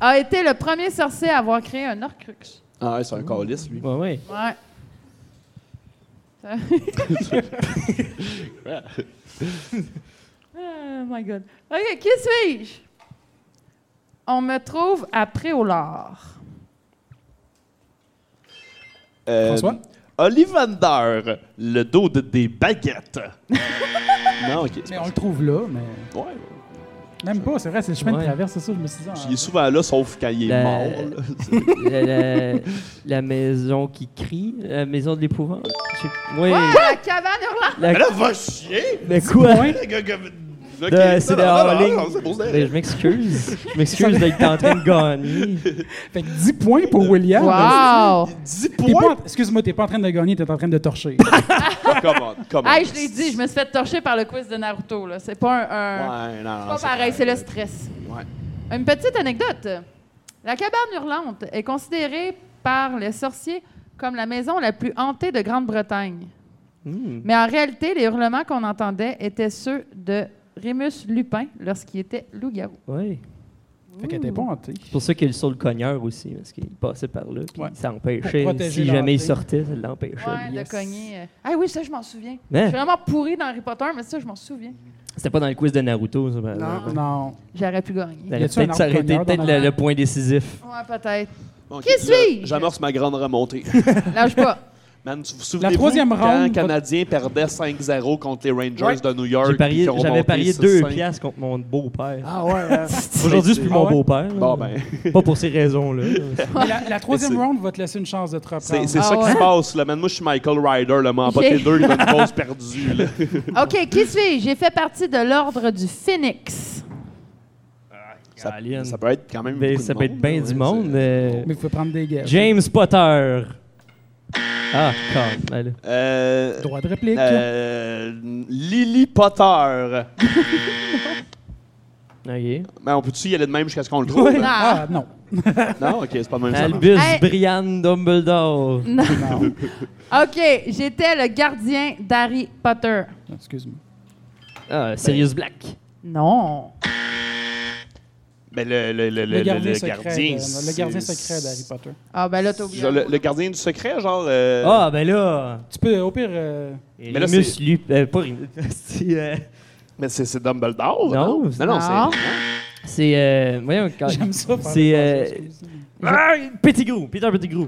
A été le premier sorcier à avoir créé un Horcrux.
Ah, ouais, c'est un calice, lui.
Ouais, ouais.
Ouais. Ça- oh my God. OK, qui suis-je? On me trouve à Préolard.
Euh,
François?
Ollivander, le dos de- des [laughs] baguettes. non, ok. c'est
Mais
pas
on le trouve là, mais.
ça. Ouais, ouais.
Même pas, c'est vrai, c'est le chemin
Ouais.
de traverse, c'est ça, je me suis dit. ah,
Il est souvent là, sauf quand il est
La-
mort. là.
la, la- la maison qui crie, la maison de l'épouvante. Je sais- Oui.
La caverne hurlante.
La-
Ah! Mais là, va chier!
[laughs] Mais quoi?
point.
Ok,
De-
non,
c'est de
non, non,
Howling.
non, c'est bon, c'est-
Ben, je m'excuse.
[laughs]
Je m'excuse d'être en train de gagner.
Fait que 10 points pour William.
Wow!
10
T'es
points!
pas en- Excuse-moi, t'es pas en train de gagner, t'es en train de
[laughs]
torcher.
Comment? Comment?
Hey, je l'ai dit, je me suis fait torcher par le quiz de Naruto. là. C'est pas un. un-
Ouais, non, non,
c'est pas pareil, c'est le stress.
Ouais.
Une petite anecdote. La cabane hurlante est considérée par les sorciers comme la maison la plus hantée de Grande-Bretagne.
Hmm.
Mais en réalité, les hurlements qu'on entendait étaient ceux de Rémus Lupin lorsqu'il était loup-garou.
Ouais.
fait qu'elle t'es pas hantée.
C'est pour ça qu'il y a le saut le cogneur aussi, parce qu'il passait par là, puis
Ouais.
ça
Pour
empêchait.
protéger
Si
la
jamais il
hantée.
sortait, ça l'empêchait.
Ouais,
Yes.
de cogner. euh. Ah oui, ça, je m'en souviens. Je
Mais
suis vraiment pourrie dans Harry Potter, mais ça, je m'en souviens.
c'était pas dans le quiz de Naruto, ça. par
Ah,
exemple.
Non.
J'aurais pu gagner.
T'allais
Y a-tu un
peut-être s'arrêter,
arbre cogneur
peut-être
dans la-
le, le point décisif.
Ouais, peut-être.
Ok,
Qui
là,
suis-je?
J'amorce ma grande
[laughs]
remontée.
Lâche pas.
Man, vous vous souvenez
troisième
quand
ronde,
les Canadiens perdaient 5-0 contre les Rangers
Ouais.
de New York?
J'ai parié-
qui ont
J'avais
monté
parié
sur
deux
cinq?
piastres contre mon beau-père.
Ah ouais, hein?
[laughs] Aujourd'hui, c'est plus
Ah
mon
ouais?
beau-père. là.
Bon, ben, [laughs]
Pas pour ces raisons-là.
Mais la, la troisième
Mais c'est-
round va te laisser une chance de te
c'est
reprendre.
c'est
Ah
ça qui
ouais?
se passe. Là. Man, moi, je suis Michael Ryder, le m'en
Ok.
les deux, il m'a une pause
[laughs]
perdue. là.
OK, qui suis-je? J'ai fait partie de l'Ordre du Phoenix.
Ça,
Caroline.
ça peut être quand même.
Ben,
beaucoup
ça
de
peut être
monde,
bien
là,
du
ouais,
monde,
c'est-
mais.
Mais il faut prendre des gars.
Euh, James Potter. Ah, calme. ben là.
Euh,
Droit de réplique.
euh, Lily Potter.
Ok.
Mais on peut-tu y aller de même jusqu'à ce qu'on le trouve? hein?
Ah, non.
Non, ok, c'est pas de même. ça marche.
Albus
Hey.
Brian Dumbledore.
Non.
Non.
OK, j'étais le gardien d'Harry Potter.
Excuse-moi.
Ah, Sirius Black.
Non.
Ben, le, le, le, le,
Le gardien
le
secret.
gardien,
de- le gardien
c'est-
secret d'Harry Potter.
Ah, ben là, t'as oublié.
Genre, le, le gardien du secret, genre. euh,
Ah, ben là.
Tu peux, au pire. euh, [laughs]
Mais
Mais là,
Remus
c'est-
Lup- euh, pas Remus. [laughs] C'est. euh,
Mais c'est c'est Dumbledore,
Non,
non?
c'est-
non,
Non.
c'est.
C'est. euh, voyons,
[laughs]
quand.
J'aime ça. faire
C'est,
des
euh,
phrases, excuse-moi.
Ah, Pettigrew. Peter Pettigrew.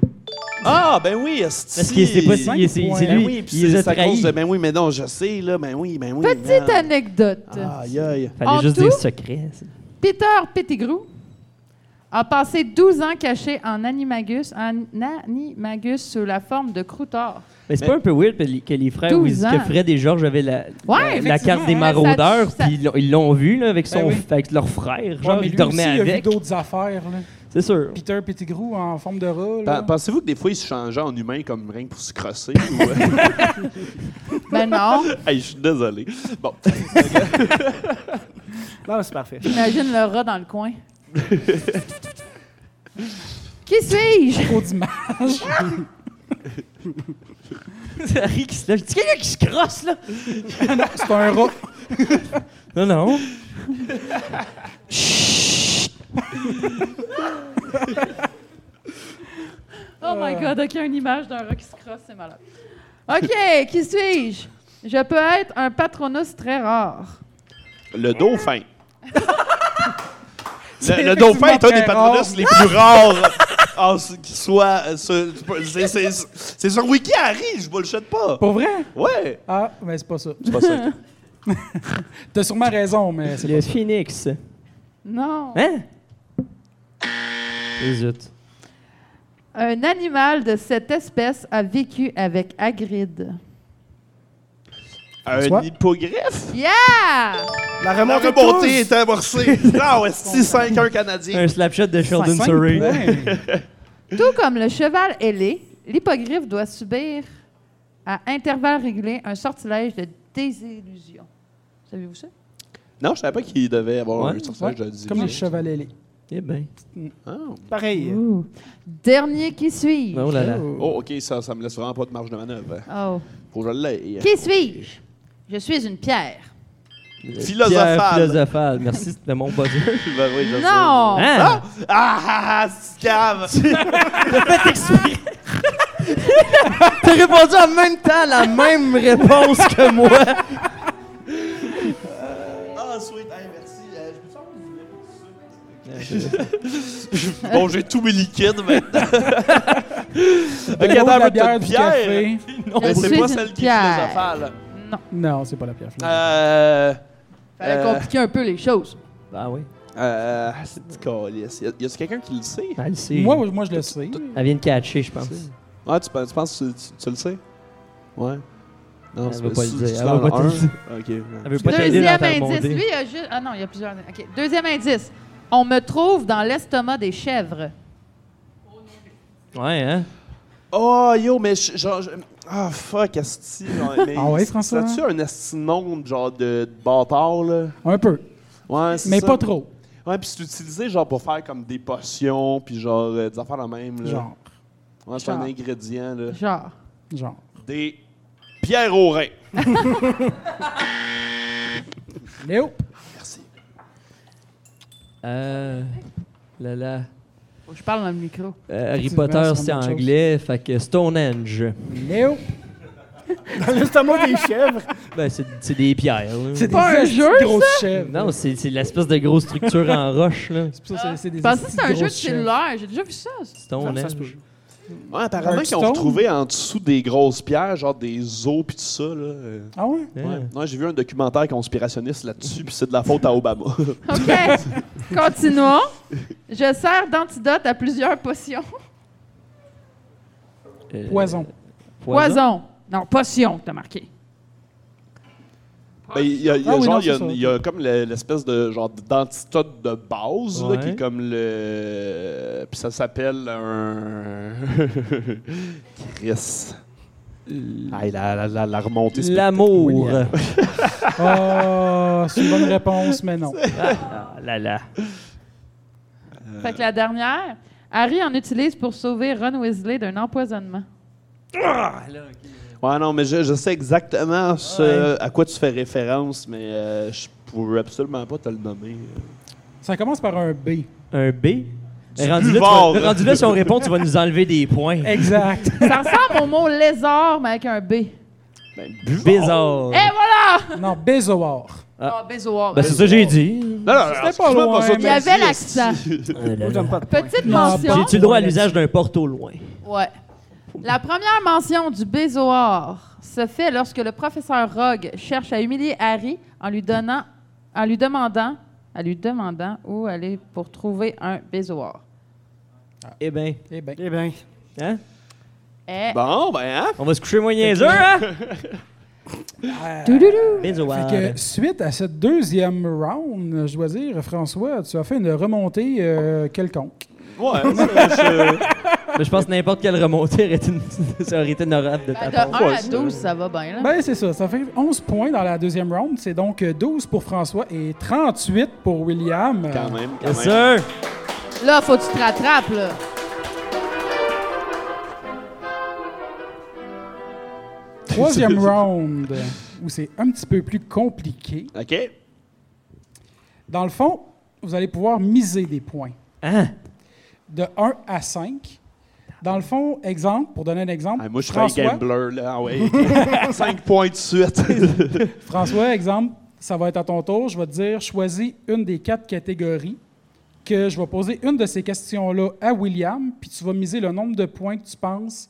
Ah, ben oui, esti.
Parce que c'est pas si.
cinq
il- C'est c'est
points.
Ben
lui.
oui, puis
il les
c'est
a
c'est à
trahis.
cause de. Ben oui, mais non, je sais, là. Ben oui, ben oui.
Petite
Ah.
merde.
anecdote.
Aïe, aïe.
Fallait
En
juste
tout-
des secrets. ça.
Peter Pettigrew a passé 12 ans caché en animagus, en animagus sous la forme de croutard.
Mais c'est pas un peu weird que les- que les frères, oui,
12 ans.
que Fred et Georges avaient la,
Ouais,
la- la carte
effectivement,
des
ouais,
maraudeurs,
ça- ça-
puis ils l'ont- ils l'ont vu là, avec, son,
Ben oui.
avec leur frère. Genre,
Ouais, mais
ils
lui
dormaient
aussi, Il a vu
avec.
d'autres affaires. là.
C'est sûr.
Peter Pettigrew en forme de
Pa-
rôle.
Pensez-vous que des fois, ils se changeaient en humain comme rien que pour se crosser? ou, euh, [laughs]
Ben non,
hey, je suis désolé. Bon,
Non, c'est parfait.
imagine le rat dans
[laughs]
le coin. Qui suis-je?
Trop d'images.
C'est [laughs] Harry qui se lève. C'est quelqu'un qui se crosse, là.
C'est un rat.
Non, non.
Oh my God, OK, une image d'un rat qui se crosse, c'est malade. OK, qui suis-je? Je peux être un patronus très rare.
Le
[laughs]
dauphin.
C'est
le, le dauphin est un
effectivement
des
très
patronistes
rare.
les plus rares en ce qui soit. euh, sur- tu peux- c'est- C'est c'est sur Wiki Harry, je bullshit pas.
Pour vrai?
Ouais.
Ah, mais c'est pas ça.
C'est pas ça.
T'as sûrement raison, mais c'est
Le
pas ça.
phoenix.
Non.
Hein? Les zut.
Un animal de cette espèce a vécu avec Hagrid.
Un
François?
hippogreffe?
Yeah!
La
La
remontée de
remontée est
tous.
[laughs]
Ah amorcée. Non, est-ce 5-1 canadien?
Un slapshot de Sheldon
Cinq
Surrey.
points.
Tout comme le cheval ailé, l'hippogriffe doit subir à intervalles réguliers un sortilège de désillusion. Savez-vous ça?
Non, je savais pas qu'il devait avoir
Ouais.
un sortilège de
Comme le
dis.
cheval ailé.
Eh ben.
Oh.
Pareil.
Dernier qui suis-je?
Oh là là.
Oh, OK, ça, ça me laisse vraiment pas de marge de manœuvre. Hein.
Oh.
Faut que je l'aille.
Qui suis-je? Je suis une pierre.
Pierre
Philosophal.
Philosophal. Merci, c'était mon buzzer.
Ben oui, je sais.
Non!
Ah,
Hein?
ah, ah,
[laughs]
scave!
[laughs] T'as répondu en même temps la même réponse que moi.
Ah, sweet, hey, merci. Euh, je me sens que vous voulez pas ça. Bon, j'ai tous mes liquides maintenant. [laughs] ok,
Le haut de
attends,
la
mais
bière
t'as
du
Pierre.
café.
Je
Mais c'est
suis
pas
une
celle qui est
pierre.
philosophale.
Non.
Non, c'est pas la pierre. finalement.
Euh.
Fallait
Euh.
compliquer un peu les choses.
Ah oui.
Euh. C'est du calice. Y a- y a-tu quelqu'un qui le sait?
Elle le sait.
Moi, moi, je le sais.
Elle vient de catcher, je pense.
Ouais, tu, penses- tu penses que tu, tu- tu le sais? Ouais. Non,
Elle
c'est
veut pas le
tu-
dire,
tu
elle
l'as
veut
en
pas te le
un? Ok.
Elle veut pas t'aider dans
Deuxième
ta
indice.
remontée.
Lui, il y a juste. Ah non, il y a plusieurs. OK. Deuxième indice. On me trouve dans l'estomac des chèvres.
Ouais, hein?
Oh, yo, mais je- genre. je- Ah, fuck, Asti.
[laughs]
genre, mais
Ah ouais, François?
T'as-tu un Asti nom, genre, de, de bâtard, là?
Un peu,
Ouais, c'est
mais
ça.
pas trop.
Ouais, puis c'est utilisé, genre, pour faire comme des potions, puis genre, euh, des affaires la même, là.
Genre,
Ouais, c'est un
Genre.
ingrédient, là.
Genre.
genre.
Des pierres au rein.
Léo,
Merci.
Euh. Là là.
Faut que je parle dans le micro.
Euh, Harry
Effectivement,
Potter,
c'est
c'est
une bonne chose.
anglais, fait que Stonehenge.
Léo.
Dans l'estomac des chèvres.
Ben, c'est c'est des pierres. là.
pas
un jeu,
grosses chèvres.
Non, c'est c'est l'espèce de grosse structure en roche, là.
C'est pour ça, c'est- c'est des
Je pensais que c'était un
grosses
jeu de
chèvres.
cellulaire. J'ai déjà vu ça.
Stonehenge.
Ça se peut.
Ouais, apparemment, qu'ils ont
Hearthstone?
retrouvé en dessous des grosses pierres, genre des os, puis tout ça, là. euh.
Ah ouais?
Ouais.
Ouais. Non, j'ai vu un documentaire conspirationniste là-dessus, puis c'est de la faute
[laughs]
à Obama.
OK. Continuons. Je sers d'antidote à plusieurs potions.
Euh,
Poison.
Poison. Non, potion, t'as marqué.
Ben, il y a, il y a
Ah oui,
genre,
non,
il y a,
c'est ça.
il y a comme le- l'espèce de genre d'antidote de base là,
Ouais.
qui est comme le puis ça s'appelle un [laughs]
Euh.
Chris. Ah, la, la, la, la remontée. c'est-
L'amour.
Ah, c'est une bonne réponse, mais non.
Ah là là.
Fait que la dernière, Harry en utilise pour sauver Ron Weasley d'un empoisonnement.
Ouais non, mais je, je sais exactement ce, à quoi tu fais référence, mais euh, je pourrais absolument pas te le nommer.
Ça commence par un B.
Un B.
Du
Rendu là, tu
buvard.
vas- rendu là, si on répond, tu vas nous enlever des points.
Exact.
Ça ressemble au mot lézard, mais avec un B. Et
Ben, buvard.
Bizarre.
voilà!
[laughs] non, Bézoar.
Ah.
Oh, bézoir.
Ben, c'est ça que j'ai dit. Euh,
Non, non, non,
C'était
c'est
pas
vraiment
loin,
ça que
mais-
Il y avait
j'ai dit,
l'accent.
hostie.
Je donne pas de points.
Petite
Non,
mention.
J'ai-tu le droit à l'usage d'un porte-au loin?
Ouais. La première mention du bézoar se fait lorsque le professeur Rogue cherche à humilier Harry en lui donnant, en lui demandant, en lui demandant où aller pour trouver un bézoar.
Eh ben,
Eh ben.
Eh bien,
hein?
Et
Bon, ben hein?
On va se coucher moins niaiseux, hein?
Toudoudou!
Bizarre.
Euh, Fait que, suite à cette deuxième round, je dois dire, François, tu as fait une remontée euh, quelconque.
Ouais, je-
Mais je pense que n'importe quelle remontée aurait été, une... [laughs] ça aurait été honorable de
Ben,
Ah,
ta
de
part.
1 à
ça.
12, ça va bien. là.
Ben, c'est ça. Ça fait 11 points dans la deuxième round. C'est donc euh, 12 pour François et 38 pour William.
quand même, quand
Yes,
même.
sir!
Ben-
Là, faut que tu te rattrapes, là.
[laughs]
Troisième round, où c'est un petit peu plus compliqué.
OK.
Dans le fond, vous allez pouvoir miser des points
Hein?
de 1 à 5. Dans le fond, exemple, pour donner un exemple,
Ah, moi, je suis un
François,
gambler, là. Ah ouais. [laughs] Cinq points de suite.
François, exemple, ça va être à ton tour. Je vais te dire, choisis une des quatre catégories, que je vais poser une de ces questions-là à William, puis tu vas miser le nombre de points que tu penses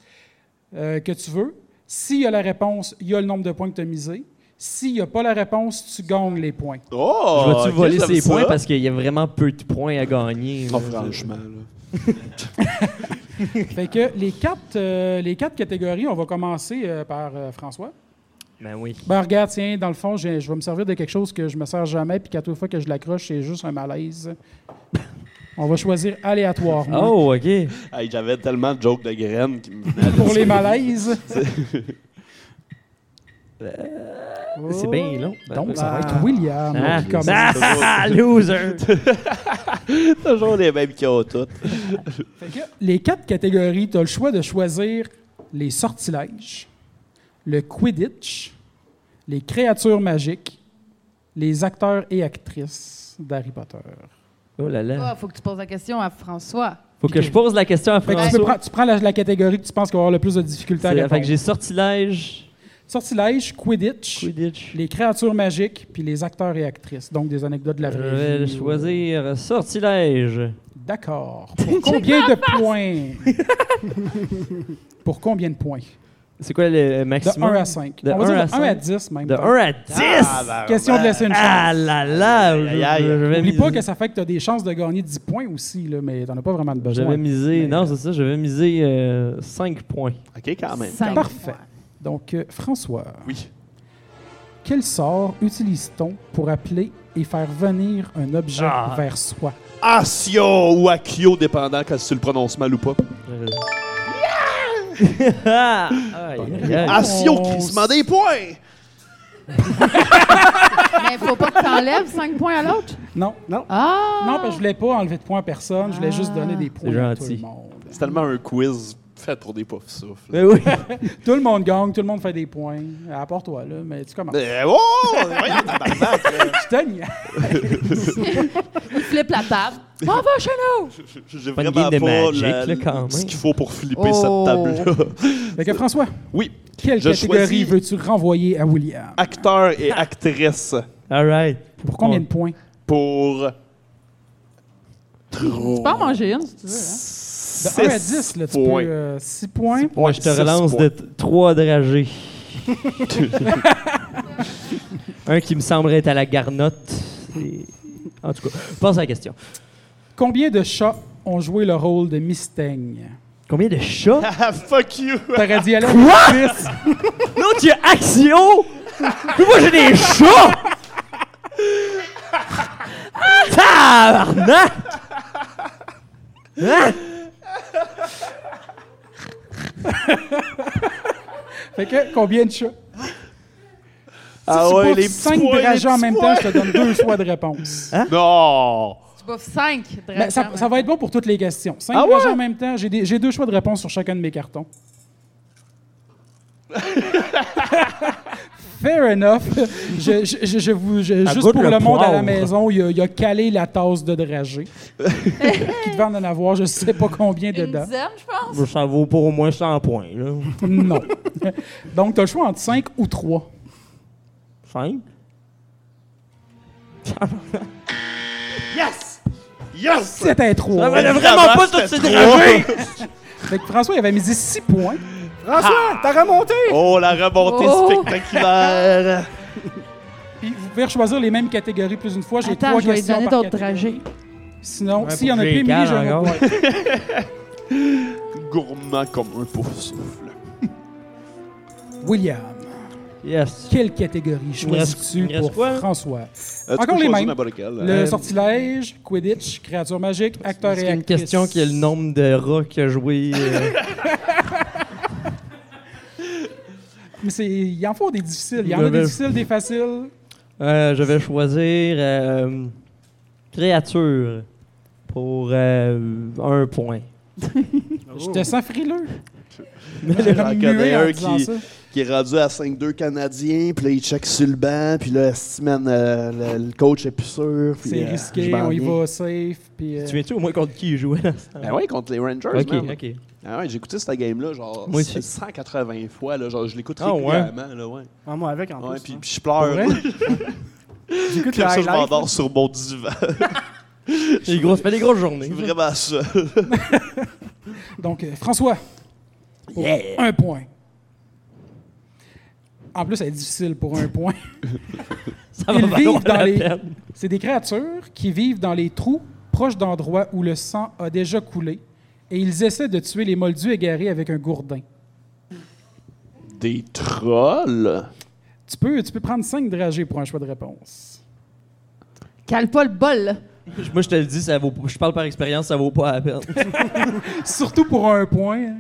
euh, que tu veux. S'il y a la réponse, il y a le nombre de points que tu as misé. S'il n'y a pas la réponse, tu gagnes les points.
[laughs] oh!
je vais-tu
ok,
voler
j'aime
ses
ça. Oh,
points parce qu'il y a vraiment peu de points à gagner?
Non,
là.
franchement, là.
Fait que les quatre, euh, les quatre catégories, on va commencer euh, par euh, François.
Ben oui.
Ben regarde, tiens, dans le fond, j'ai- je vais me servir de quelque chose que je me sers jamais, puis qu'à toute fois que je l'accroche, c'est juste un malaise. [laughs] On va choisir aléatoirement.
Oh, OK.
Hey, J'avais tellement de jokes de graines qui me venaient. [laughs]
Pour les malaises.
C'est bien long.
[laughs] Donc, ça va être William
Ah,
qui commence.
Ah, [laughs] loser!
toujours les mêmes qui ont toutes.
Fait que les quatre catégories, tu as le choix de choisir les sortilèges, le Quidditch, les créatures magiques, les acteurs et actrices d'Harry Potter.
Oh là
Il
là.
Ah, faut que tu poses la question à François.
Faut que je pose la question à
Fait que tu, peux
François.
prendre- tu prends la, la catégorie que tu penses qu'il va avoir le plus de difficultés à
C'est- Fait que
répondre.
j'ai sortilège,
Sortilège, Quidditch,
Quidditch.
les créatures magiques, puis les acteurs et actrices. Donc, des anecdotes de la
Je
vraie
vais
vie.
choisir sortilège. [laughs]
D'accord. Pour combien de points? Pour combien de points?
C'est quoi le euh,
De 1
maximum?
à 5.
De
On va
1
dire
à
de 1 à
5.
10 même.
De
Donc,
1 à 10!
Ah, ben,
Question de laisser une chance.
Ah là là!
Aïe, aïe, aïe.
je- je vais
N'oublie pas
miser-
que ça fait que tu as des chances de gagner 10 points aussi, là, mais tu n'en as pas vraiment de besoin.
J'avais misé,
Mais- euh,
non, c'est ça, j'avais misé 5 euh, points.
OK, quand même.
Cinq.
Parfait. Donc, euh, François,
Oui.
quel sort utilise-t-on pour appeler et faire venir un objet
Ah.
vers soi?
Asio ou Akio, dépendant quand tu le prononces mal ou pas.
Ah! Aïe, aïe, aïe.
Asio,
on-
crissement des points!
Mais faut pas que tu enlèves 5 points à l'autre.
Non.
Ah!
Non, parce que je voulais pas enlever de points à personne. Je voulais juste donner des points à tout
gentil.
le monde.
C'est tellement un quiz fait pour des poufs souffles.
Mais oui!
Tout le monde gagne, tout le monde fait des points. À part toi, là, mais tu commences.
Euh, [laughs] oh! Voyons, tabarnak! euh,
Je te niaise.
flippe la table. On va chez nous!
J'ai
Pas une
vraiment
game
pas
de Magic,
la-
là, quand même.
ce qu'il faut pour flipper
Oh.
cette table-là. [laughs]
Fait que François,
Oui,
quelle
Je
catégorie
choisis-
veux-tu renvoyer à William?
acteur et actrice
All right.
Pour combien de points?
pour
Tu peux en manger une si tu veux. hein.
De 1 à 10, là, tu peux... 6 points.
Moi, je te
Six
relance
points.
de 3 dragées.
euh,
Un qui me semblerait être à la garnotte. Et- En tout cas, pense à la question.
Combien de chats ont joué le rôle de Mistaigne?
Combien de chats?
[laughs] Ah, fuck you!
T'aurais dit aller
L'autre, il y a Axio! Mais moi, j'ai des chats! Tabarnak! Hein?
Fait que combien de chats?
Ah
si
ouais,
tu
les
5
petits points, les
dragées en
petits
même temps,
points.
je te donne deux choix de réponse.
Non!
Tu bouffes 5
Ben, ça, ça va être bon pour toutes les questions. 5
Ah ouais?
en même temps, j'ai des- j'ai deux choix de réponse sur chacun de mes
[laughs]
cartons. Fair enough. Je, je- je- je vous, je- juste
goûte
pour
le
le, monde à la
poivre.
maison, il a, il a calé la tasse de
[laughs]
dragée. qui devait en avoir, je sais pas combien
Une
dedans.
dizaine, je pense.
Ça vaut pour au moins 100 points, là.
Non. [laughs] Donc, tu as le choix entre 5 ou 3.
5?
Yes! Yes!
C'était 3.
valait
Vraiment, c'était trois.
Fait que François il avait mis 6 points.
François, t'as remonté!
Oh, la remontée
Oh.
spectaculaire!
Puis vous pouvez choisir les mêmes catégories plus une fois. J'ai
Attends,
trois
je vais lui
questions
donner
par
d'autres
catégorie.
dragées.
Sinon,
Ouais,
s'il y en
pour hein.
a plus,
que j'ai
Émilie,
calme
j'ai un autre
encore.
point.
Gourmand comme un pouf souffle.
William,
Yes.
quelle catégorie
Il
choisis-tu
me reste
pour
quoi?
François?
Euh, tu
Encore
peux
les
choisir
mêmes.
n'importe hein? lequel.
Le
Euh,
sortilège, Quidditch, créature magique, acteur
Est-ce
et
qu'il y a une
actrice.
question qui est le nombre de rats qu'il a joué? [laughs] euh,
Mais c'est, il en faut des difficiles. Il y en a des
Ben, ben.
difficiles, des faciles.
euh, je vais choisir euh, créature pour euh, un point.
Oh. [laughs]
Je te sens frileux.
J'en connais un qui,
ça.
qui est rendu à 5-2 Canadien, puis là, il check sur le banc, puis là, cette semaine, euh, le, le coach est plus sûr. puis,
C'est
euh, je
risqué,
m'en
on y
viens.
va safe. Puis, euh,
Tu viens-tu au moins contre qui il jouait là?
Ben ouais, contre les Rangers,
Ok,
man.
ok.
Ah ouais, j'ai écouté cette game-là, genre,
Moi aussi.
180 fois, là, genre, je l'écoute
Ah ouais?
régulièrement, là, ouais.
Ah, moi avec en
Ouais,
plus.
puis
hein.
puis je
pour
pleure,
vrai?
J'écoute
Comme
le
ça, je
highlight,
m'endors sur mon divan. [laughs]
Des grosses, pas des grosses journées.
C'est vraiment ça.
Donc, euh, François, pour un point. En plus, elle est difficile pour un point.
Ça
Ils
va valoir
vivent dans
la
les-
peine.
C'est des créatures qui vivent dans les trous proches d'endroits où le sang a déjà coulé et ils essaient de tuer les moldus égarés avec un gourdin.
Des trolls?
Tu peux, tu peux prendre 5 dragées pour un choix de réponse.
Cale pas le bol, là.
Moi, je te le dis, ça vaut, je parle par expérience, ça vaut pas la peine.
Surtout pour un point. hein.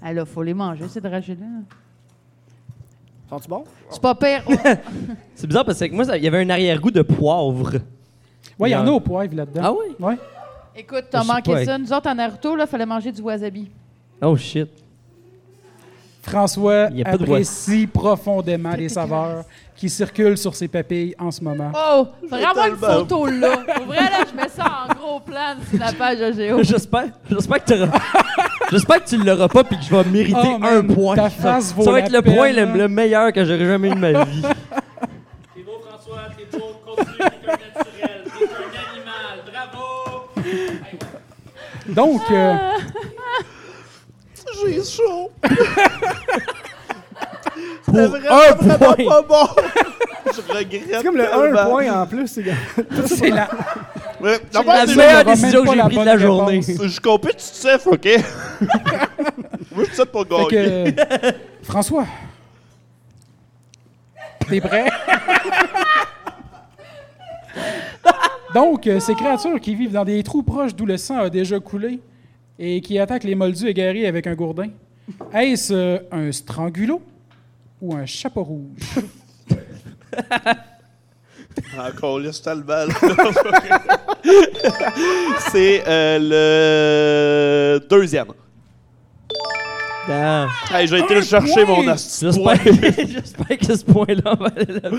Ah là, faut les manger, ces dragées-là.
Sont-tu bons?
C'est pas pire. Oh,
C'est bizarre parce que moi, ça- il y avait un arrière-goût de poivre.
Ouais, il y en a
Non.
au poivre là-dedans.
Ah oui?
Ouais.
Écoute, t'as
Je sais pas,
manqué
hey.
ça. Nous autres, en Naruto, là, fallait manger du wasabi.
Oh shit.
François
Il y a pas de
apprécie profondément les saveurs qui circulent sur ses papilles en ce moment.
Oh, vraiment une
tellement-
photo, là. Pour vrai, là, je mets ça en gros plan sur la page de Géo.
J'espère, j'espère que [laughs] t'auras- J'espère que tu l'auras pas puis que je vais mériter
Oh, man,
un point.
ta
ça,
phrase vaut
ça va
la
être le point le,
peine. hein.
le meilleur que j'aurais jamais eu
[laughs]
de ma vie.
T'es beau, François, t'es beau, continue, t'es un naturel, t'es un animal, bravo!
Donc, euh,
Ah!
J'ai
[laughs]
chaud!
Pour
C'est
un
vraiment
point.
pas
[laughs]
bon! je regrette.
C'est comme le 1 point en plus, c'est
c'est la,
Ouais, non, mais
C'est la
n'auras
meilleure
même
décision
pas
que j'ai
la
prise de
bonne
la journée. [laughs]
réponse.
Je suis compétitif,
[laughs]
OK? Moi, je suis ça pour
Fait que,
gagner.
euh, François, t'es prêt? Donc, euh, ces créatures qui vivent dans des trous proches d'où le sang a déjà coulé et qui attaquent les moldus égarés avec un gourdin, est-ce euh, un strangulo ou un chapeau rouge?
Ah, Encore là, [laughs] c'est tellement, là. C'est euh, le deuxième.
Ah.
Hey, j'ai été le chercher,
point!
mon astuce.
J'espère [laughs] que, j'espère que ce point-là va aller là.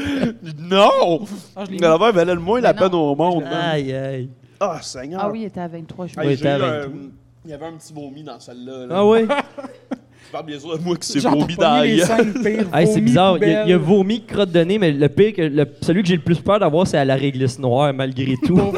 Non!
Ah, je l'ai
Mais
mis.
la valait le moins la
Mais
peine au monde. man.
Aïe, aïe.
Ah, Seigneur.
Ah oui, il était à 23 jours.
Hey,
Oui,
j'ai
t'es à
eu,
23.
euh, Il y avait un petit vomi dans celle-là. là.
Ah oui?
Tu parles bien sûr de moi qui s'est
J'en ai
vomi dans la
les
gueule.
cinq pires.
Hey, c'est
vomi,
bizarre. Il y, a, il y a
poubelle.
vomi, crotte de nez, mais le pire, que le- celui que j'ai le plus peur d'avoir, c'est à la réglisse noire, malgré tout.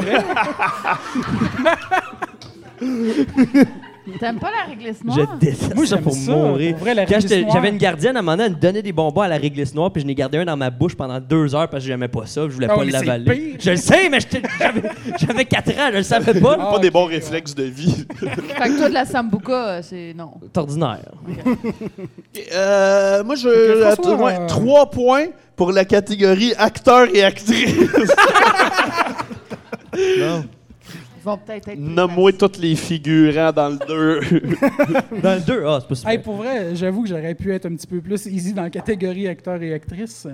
T'aimes pas la réglisse
je
noire?
déteste
Moi,
ça
j'aime
pour
ça.
mourir.
Pour vrai, la
Quand
réglisse
j'étais-
noire.
j'avais une gardienne à un moment donné, elle me donnait des bonbons à la réglisse noire, puis je n'ai gardé un dans ma bouche pendant deux heures parce que j'aimais pas ça, puis je voulais
Ah
pas
oui, mais c'est
l'avaler.
pire.
Je le sais, mais j'étais- j'avais- j'avais quatre ans, je le savais pas.
Ah,
Pas des bons réflexes
[laughs]
de vie.
Fait que toi, de la sambuca, euh, c'est non.
C'est ordinaire.
Euh, moi, je.
Fait que François,
attends, ouais,
euh,
Trois points pour la catégorie acteur et actrice.
[laughs]
Ils vont peut-être être.
Nomme-moi toutes les figurants dans le
[laughs]
2.
Dans le 2, ah, c'est pas super.
Hey, pour vrai, j'avoue que j'aurais pu être un petit peu plus easy dans la catégorie acteur et actrice.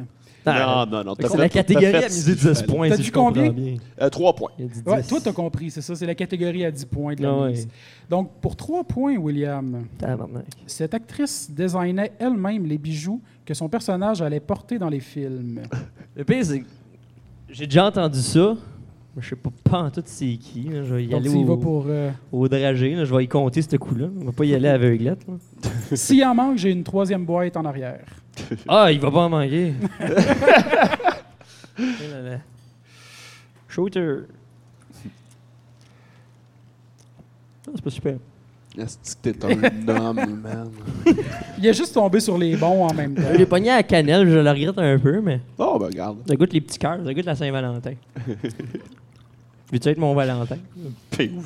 Ah,
non, non.
fait que c'est la catégorie à miser 10 points,
T'as
si
dit
je comprends
combien?
bien.
Euh, trois points.
Il a dit
Ouais,
10.
toi, t'as compris, c'est ça. C'est la catégorie à 10 points de la
Ah
mise.
ouais.
Donc, pour 3 points, William,
Tabarnak.
cette actrice designait elle-même les bijoux que son personnage allait porter dans les films.
Le pire, c'est que j'ai déjà entendu ça, mais je sais pas, pas en tout c'est qui. là. Je vais y
Donc,
aller
tu y vas
au,
pour...
[laughs]
euh,
au dragé, là. je vais y compter ce coup-là. On va pas y aller à aveuglette.
[laughs]
là.
S'il en manque, j'ai une troisième boîte en arrière.
Ah, il va pas
[laughs]
en manquer. Eh là là. Shooter. Ah, c'est pas super.
Est-ce que
[laughs]
t'es un homme, man?
Il est juste tombé sur les bons en même temps.
Je l'ai pogné à la cannelle, je le regrette un peu, mais
Oh, ben, regarde.
ça goûte les petits cœurs, ça goûte
[laughs]
la Saint-Valentin. Veux-tu être mon Valentin?
Ben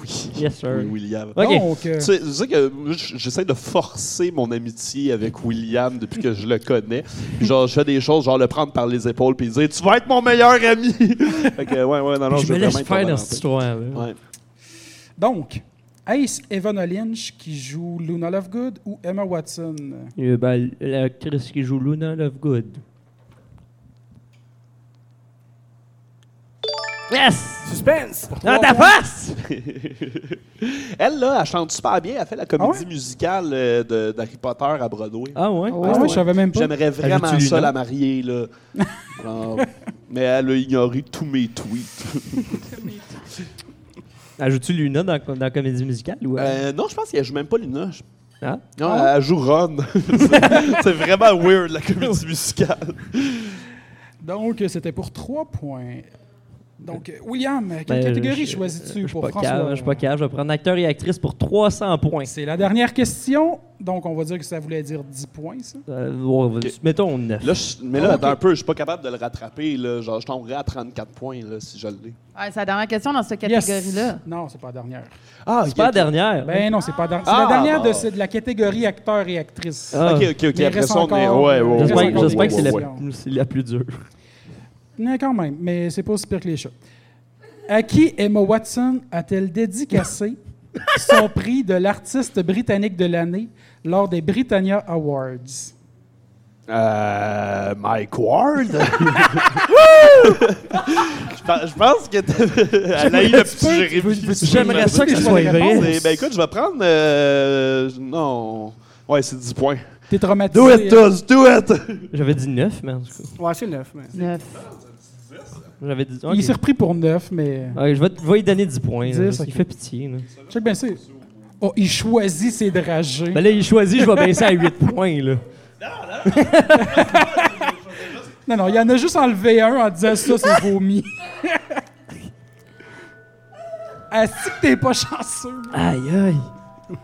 oui.
Yes, sir.
Oui, William.
Ok.
Donc, euh,
Tu sais, tu sais que moi, j- j'essaie de forcer mon amitié avec William depuis que je le connais. Puis genre, je fais des choses, genre le prendre par les épaules puis dire Tu vas être mon meilleur ami! [laughs] fait que, ouais, ouais, non, non,
je me
veux
laisse
vraiment être
faire
ton
dans cette histoire-là.
Valentin. Ouais.
donc, est-ce Evan Lynch qui joue Luna Lovegood ou Emma Watson?
Euh, ben, L'actrice qui joue Luna Lovegood. Yes!
Suspense!
Dans ta face!
Elle, là, elle chante super bien. Elle fait la comédie
Ah ouais?
musicale euh, de- d'Harry Potter à Broadway.
Ah ouais?
Ah oui, je savais même pas.
J'aimerais vraiment
Avais-tu lu
ça
le
la marier, là. Genre, mais elle a ignoré tous mes tweets.
Ajoutes-tu Ah, Luna dans, dans la comédie musicale? Ou...
Euh, non, je pense qu'elle joue même pas Luna. Je-
Ah?
Non, elle joue Ron. [laughs] C'est- C'est vraiment weird, la comédie musicale.
Donc, c'était pour trois points. Donc, euh, William, quelle
Ben,
catégorie
je-
choisis-tu
je suis
pour
pas
François?
cave, Je suis pas cave, je vais prendre acteur et actrice pour 300 points.
C'est la dernière question. Donc, on va dire que ça voulait dire 10 points, ça.
Euh, on va-
Ok.
Mettons 9.
Là, je- mais là, attends un peu, je suis pas capable de le rattraper. Là. Genre, je tomberais à 34 points là, si je l'ai.
Ouais, c'est la dernière question dans cette
Yes.
catégorie-là.
Non, c'est pas la dernière.
Ah,
C'est pas la dernière.
Ben non, c'est pas la dernière. C'est
Ah,
la dernière de,
bon.
ce- de la catégorie acteur et actrice.
Ah.
Ok, ok, ok.
Mais
Après
reste
ça, on est.
encore-
Ouais, ouais, ouais,
reste
J'espère
ouais,
encore
ouais,
j'espère que c'est
ouais,
la,
ouais.
c'est la plus dure.
Non, quand même, mais c'est pas aussi pire que les chats. À qui Emma Watson a-t-elle
[laughs]
dédicacé son prix de l'artiste britannique de l'année lors des Britannia Awards?
Euh, Mike
[laughs]
Ward? je, pense, je pense que t'as- elle a eu le petit Jérémy.
J'aimerais ça que ce soit vrai.
C'est- Ben écoute, je vais prendre. euh, non. Ouais, c'est 10 points.
T'es traumatisé. hein?
Do it, Tuz, do it!
J'avais dit 9, mais en tout cas.
Ouais, c'est neuf, mais.
Neuf.
J'avais dit.
Il s'est
ok.
repris pour 9, mais.
Ok, je vais, te- je vais lui donner 10 points. là,
10,
parce qu'il
ok.
fait pitié. Là.
Check bien ça. Oh, il choisit ses dragées.
Ben là, il choisit, je vais baisser à 8 points. Là.
Non, non, il en a juste enlevé un en disant ça, c'est vomi. Est-ce que t'es pas chanceux?
Aïe, aïe.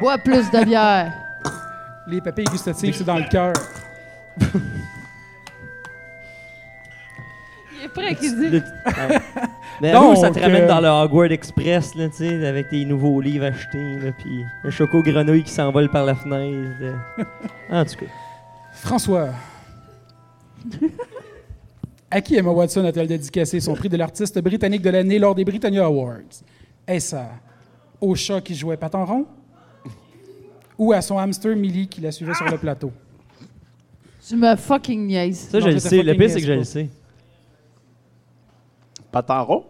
Bois plus de bière.
Les papilles gustatives, c'est dans le cœur.
Il est prêt qu'il
Le-
dit.
ouais. Mais
Donc,
nous, ça te ramène
euh,
dans le Hogwarts Express, là, tu sais, avec tes nouveaux livres achetés, là, puis le choco grenouille qui s'envole par la fenêtre. euh. En tout cas,
François. à qui Emma Watson a-t-elle dédicacé son prix de l'artiste britannique de l'année lors des Britannia Awards? Est-ce à au chat qui jouait Paton Rond? Ou à son hamster Millie qui la suivait sur le plateau?
Tu me fucking niaises.
ça,
Non,
je le
ça,
sais.
t'as
Le
fucking
pire, c'est que je le
guess
sais.
Pataron?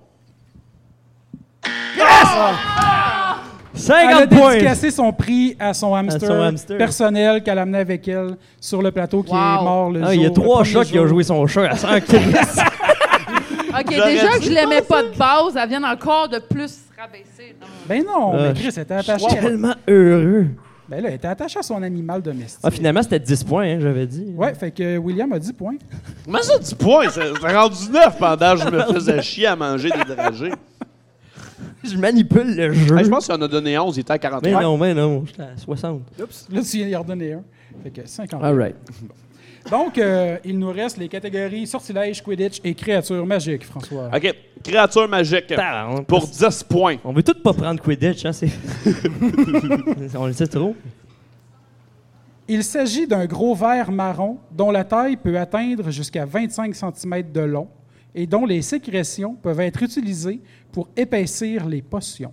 50
Elle a
points!
dédicacé son prix à son hamster,
son hamster.
personnel qu'elle amenait avec elle sur le plateau qui
Wow.
est mort le
Ah,
jour.
il y a
le
trois
premier
chats qui ont
jour.
joué son chat
[laughs]
à 100 Christ.
OK,
J'aurais
déjà que
dû
je l'aimais pas de base, elle vient encore de plus se rabaisser. Non.
Ben non,
Ah,
mais Chris était
Je
attaché.
suis tellement heureux.
Ben là, elle était attachée à son animal domestique.
Ah, finalement, c'était 10 points, hein, j'avais dit.
Ouais, fait que William a 10 points. [laughs]
Comment ça, 10 points? C'est c'est rendu 9 pendant que je me faisais chier à manger des dragées.
Je manipule le jeu.
Ah,
Hey, je pense qu'il en a donné 11, il était à
Mhm. Mais
43.
non, mais non, j'étais à 60.
Là, tu viens d'y redonner un. Fait que 50.
All right.
Donc, euh, il nous reste les catégories sortilège, Quidditch et créatures magiques, François.
Ok, créature magique.
Tabarnak.
Pour 10 points.
On veut tous pas prendre Quidditch, hein, [laughs] c'est... On le sait trop.
Il s'agit d'un gros ver marron dont la taille peut atteindre jusqu'à 25 cm de long et dont les sécrétions peuvent être utilisées pour épaissir les potions.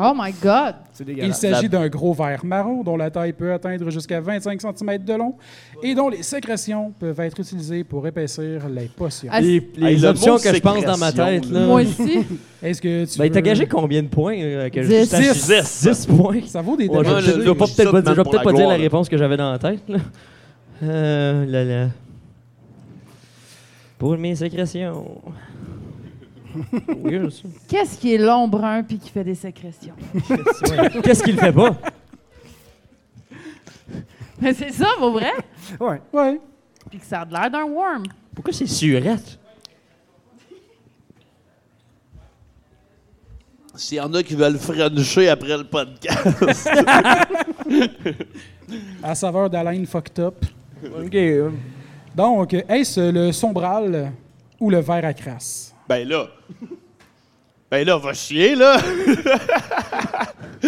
Oh my God.
C'est
Il
dégueulasse.
s'agit d'un gros ver marron dont la taille peut atteindre jusqu'à 25 cm de long et dont les sécrétions peuvent être utilisées pour épaissir les potions.
Ah,
Les, les
Hey, le
options
mot
que je pense
sécrétion,
dans ma tête, là.
Moi aussi. [laughs]
Est-ce que tu
Ben, t'as
veux-
gagé combien de points euh, que je-
Dix.
je-
Dix.
10 points.
Ça vaut des
Ouais,
dommages.
je-
je
je-
je vais pas-
je-
peut-être pas,
je-
dire- je vais
pour
peut-être
la
pas dire la
gloire.
réponse que j'avais dans la tête. Là. Euh, là, là. Pour mes sécrétions. Weird, ça.
Qu'est-ce qui est long, brun, puis qui fait des sécrétions? [laughs]
Ouais. Qu'est-ce qu'il fait pas?
Mais c'est ça, pour vrai?
Ouais.
Ouais.
Puis que ça a de l'air d'un worm.
Pourquoi c'est surette?
S'il y en a qui veulent frencher après le podcast.
à saveur d'Alain fucked up.
Ok.
Donc, est-ce le sombral ou le verre à crasse?
[laughs] Ben là. Ben là, va chier, là. [laughs]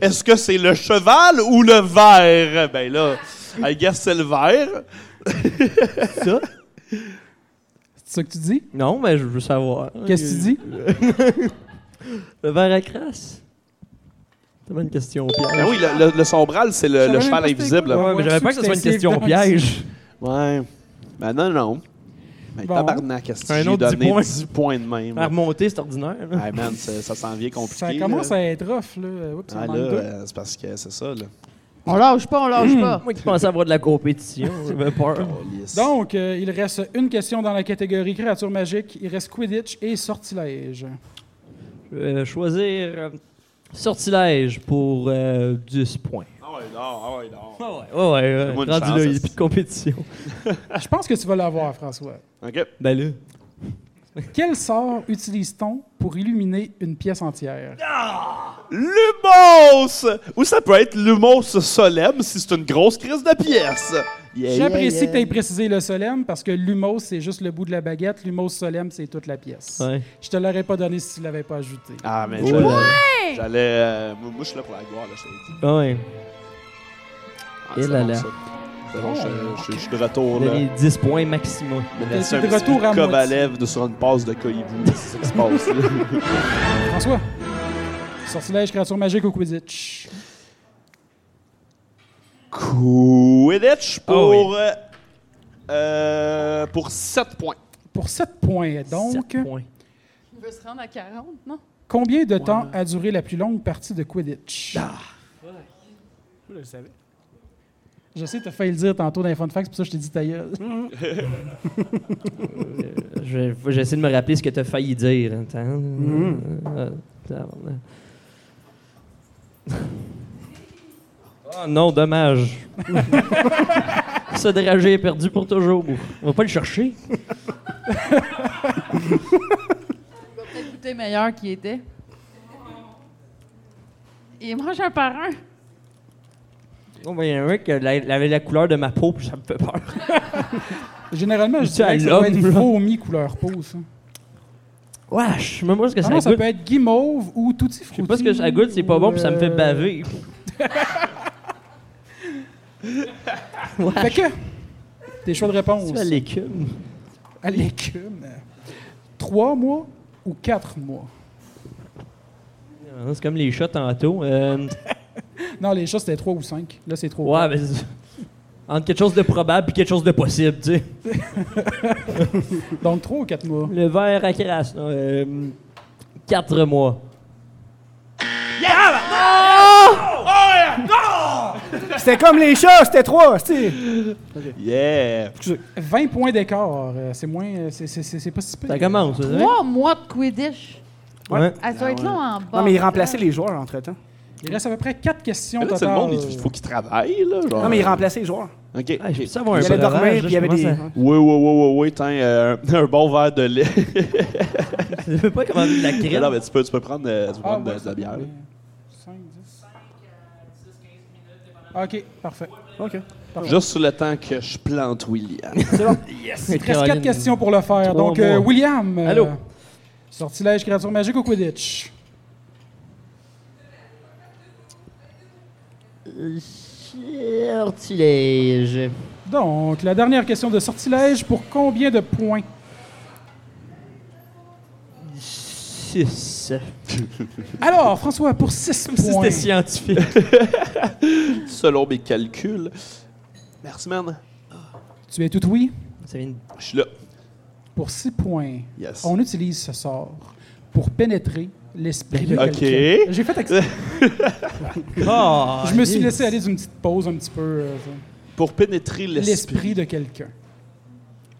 Est-ce que c'est le cheval ou le verre? Ben là, I guess c'est le verre.
Ça?
C'est ça que tu dis?
Non, mais je veux savoir.
Qu'est-ce que tu dis?
Le verre à crasse. C'est une question au piège.
Ben oui, le, le- le sombral, c'est Euh, le,
J'avais
le
même
cheval
pas c'était
invisible.
quoi.
Ouais, mais j'avais peur que ce soit une question au piège.
Ouais. Ben non, non. Ben
Bon.
tabarnak, est-ce que
Un
j'ai
autre dix
donné 10
points.
points. de même?
À remonter, c'est ordinaire. là.
Hey man, ça, ça s'en vient compliqué.
Ça commence
là.
à être rough, là. Oups, ça
Ah,
manque
là,
deux.
euh, c'est parce que c'est ça, là.
On lâche pas, on lâche pas.
Ah, Moi qui pensais avoir de la compétition, [laughs] j'avais peur.
Oh, lisse.
Donc, euh, il reste une question dans la catégorie créature magique. Il reste Quidditch et sortilège.
Je vais choisir euh, sortilège pour euh, 10 points.
Ah ouais, non, ah ouais, non.
Ouais, ouais, ouais. euh,
Fais-moi une
rendu
chance,
là, il n'y a
ça.
plus de compétition.
Je pense que tu vas l'avoir, François.
OK.
Ben là.
Quel sort utilise-t-on pour illuminer une pièce entière?
Lumos! Ou ça peut être Lumos solemne si c'est une grosse crise de pièce. Yeah,
J'apprécie
yeah,
que
yeah.
tu aies précisé le solem parce que l'humos, c'est juste le bout de la baguette. L'humos solem, c'est toute la pièce.
Ouais.
Je te l'aurais pas donné si tu l'avais pas ajouté.
Ah, mais
Oh
j'allais.
là
j'allais, euh, moi, moi, je suis là pour la gloire, là, je t'ai dit.
là. Ouais.
Ah,
Et
c'est
là
bon,
là.
ça. C'est bon, je- je je suis de retour, là.
Les 10 points maximum.
Oh,
Mais
T'es-
laissez
t'es
un
de
petit
retour
bout de
à
cob à
moitié.
lèvres sur une passe de coïbou. C'est ça qui se passe, là.
[laughs] François, sortilège, créature magique ou Quidditch?
Quidditch pour,
Oh oui.
euh, euh, pour 7 points.
Pour 7 points, donc,
Sept points.
On veut se rendre à 40, non?
combien de temps a duré la plus longue partie de Quidditch?
Ah.
Je le savais.
Je sais, t'as failli le dire tantôt dans les fun facts, c'est pour ça que je t'ai dit ta gueule.
[laughs] Je vais- je vais essayer de me rappeler ce que tu as failli dire. Attends.
Mm-hmm.
Euh, tabarnak. Ah
[laughs]
non, dommage. Ce dragé est perdu pour toujours. On va pas le chercher.
Peut-être goûter meilleur qui était. Il mange un par un.
Non, Oh, mais il y en a un qui a la- il avait la couleur de ma peau, puis ça me fait peur.
Généralement, je
Tu as
dirais que ça doit
l'homme,
être
là.
vomi couleur peau, ça.
Wesh, je sais même pas ce que
Ah
ça
non, ça
goûte.
peut être guimauve ou tout frutti.
Je sais pas ce que ça goûte, c'est pas bon, puis ça me fait
ou, euh,
baver.
Fait que, tes choix de réponse.
C'est la l'écume.
À l'écume. Trois mois ou quatre mois?
Ah, C'est comme les chats tantôt. Euh,
Non, les chats, c'était trois ou cinq. Là, c'est trois.
ouais, mais c'est- entre quelque chose de probable et quelque chose de possible, tu sais.
Donc, trois ou quatre mois.
Le verre à crasse. 4 mois.
C'était comme les chats, c'était trois, tu sais.
Yeah!
20 points d'écart. euh, C'est moins... euh, c'est- C'est c'est- c'est pas si pire.
Ça commence, ça, hein?
Trois mois de Quidditch.
Ouais.
Elle doit être là en bas.
Non, mais ils remplaçaient les joueurs entre-temps.
Il reste à peu près quatre questions
Mais là, c'est
totales.
le monde, il faut qu'il travaille, là. Genre. euh,
Non, mais ils remplaçaient les joueurs.
OK.
Ah, je peux
OK.
savoir un
Ils allaient
breuvage,
dormir,
là,
puis il
je
y avait des.
commence
Oui, oui, oui, oui, oui, tiens, euh, [laughs] un, un bon verre de lait.
à- [laughs] Je sais pas comment de la
non,
crème.
mais tu peux, tu peux prendre, euh, tu peux
Ah,
prendre
ouais,
de, de la bière. là.
5, 10. OK, parfait.
OK.
Juste sur le temps que je plante William. [laughs]
Il te reste quatre questions pour le faire.
Trois
Donc, euh,
mois.
William. euh,
Allô?
Sortilège, créature magique ou Quidditch?
Sortilège.
Donc, la dernière question de sortilège, pour combien de points?
6.
Alors, François, pour 6
Si
points.
[laughs]
c'était scientifique.
Selon mes calculs. Merci, man.
Tu es tout oui?
Ça vient de-
Je suis là.
Pour 6 points,
Yes.
on utilise ce sort pour pénétrer l'esprit de
Ok.
quelqu'un. J'ai fait exprès.
Ah,
Je me suis
yes.
laissé aller d'une petite pause un petit peu. euh, ça.
Pour pénétrer l'esprit.
L'esprit de quelqu'un.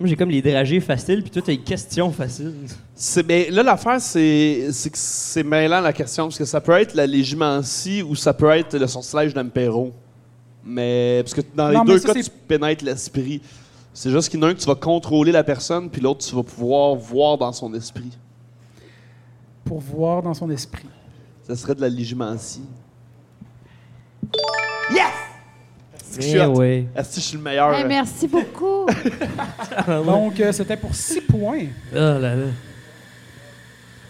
Moi, j'ai comme les dragées faciles, puis toi, t'as les questions faciles.
C'est- mais là, l'affaire, c'est c'est que c'est mêlant la question, parce que ça peut être la légimancie ou ça peut être le sortilège d'Ampéro. Mais, parce que dans les
Non, mais
deux
ça,
cas,
c'est-
tu pénètres l'esprit. C'est juste qu'il y en a un que tu vas contrôler la personne, puis l'autre, tu vas pouvoir voir dans son esprit.
Pour voir dans son esprit.
Ça serait de la légimancie. Yes! Est-ce
Eh
que je suis hot?
ouais.
Est-ce que je suis le meilleur?
Hey, merci beaucoup.
Donc, euh, c'était pour 6 points.
Oh là là.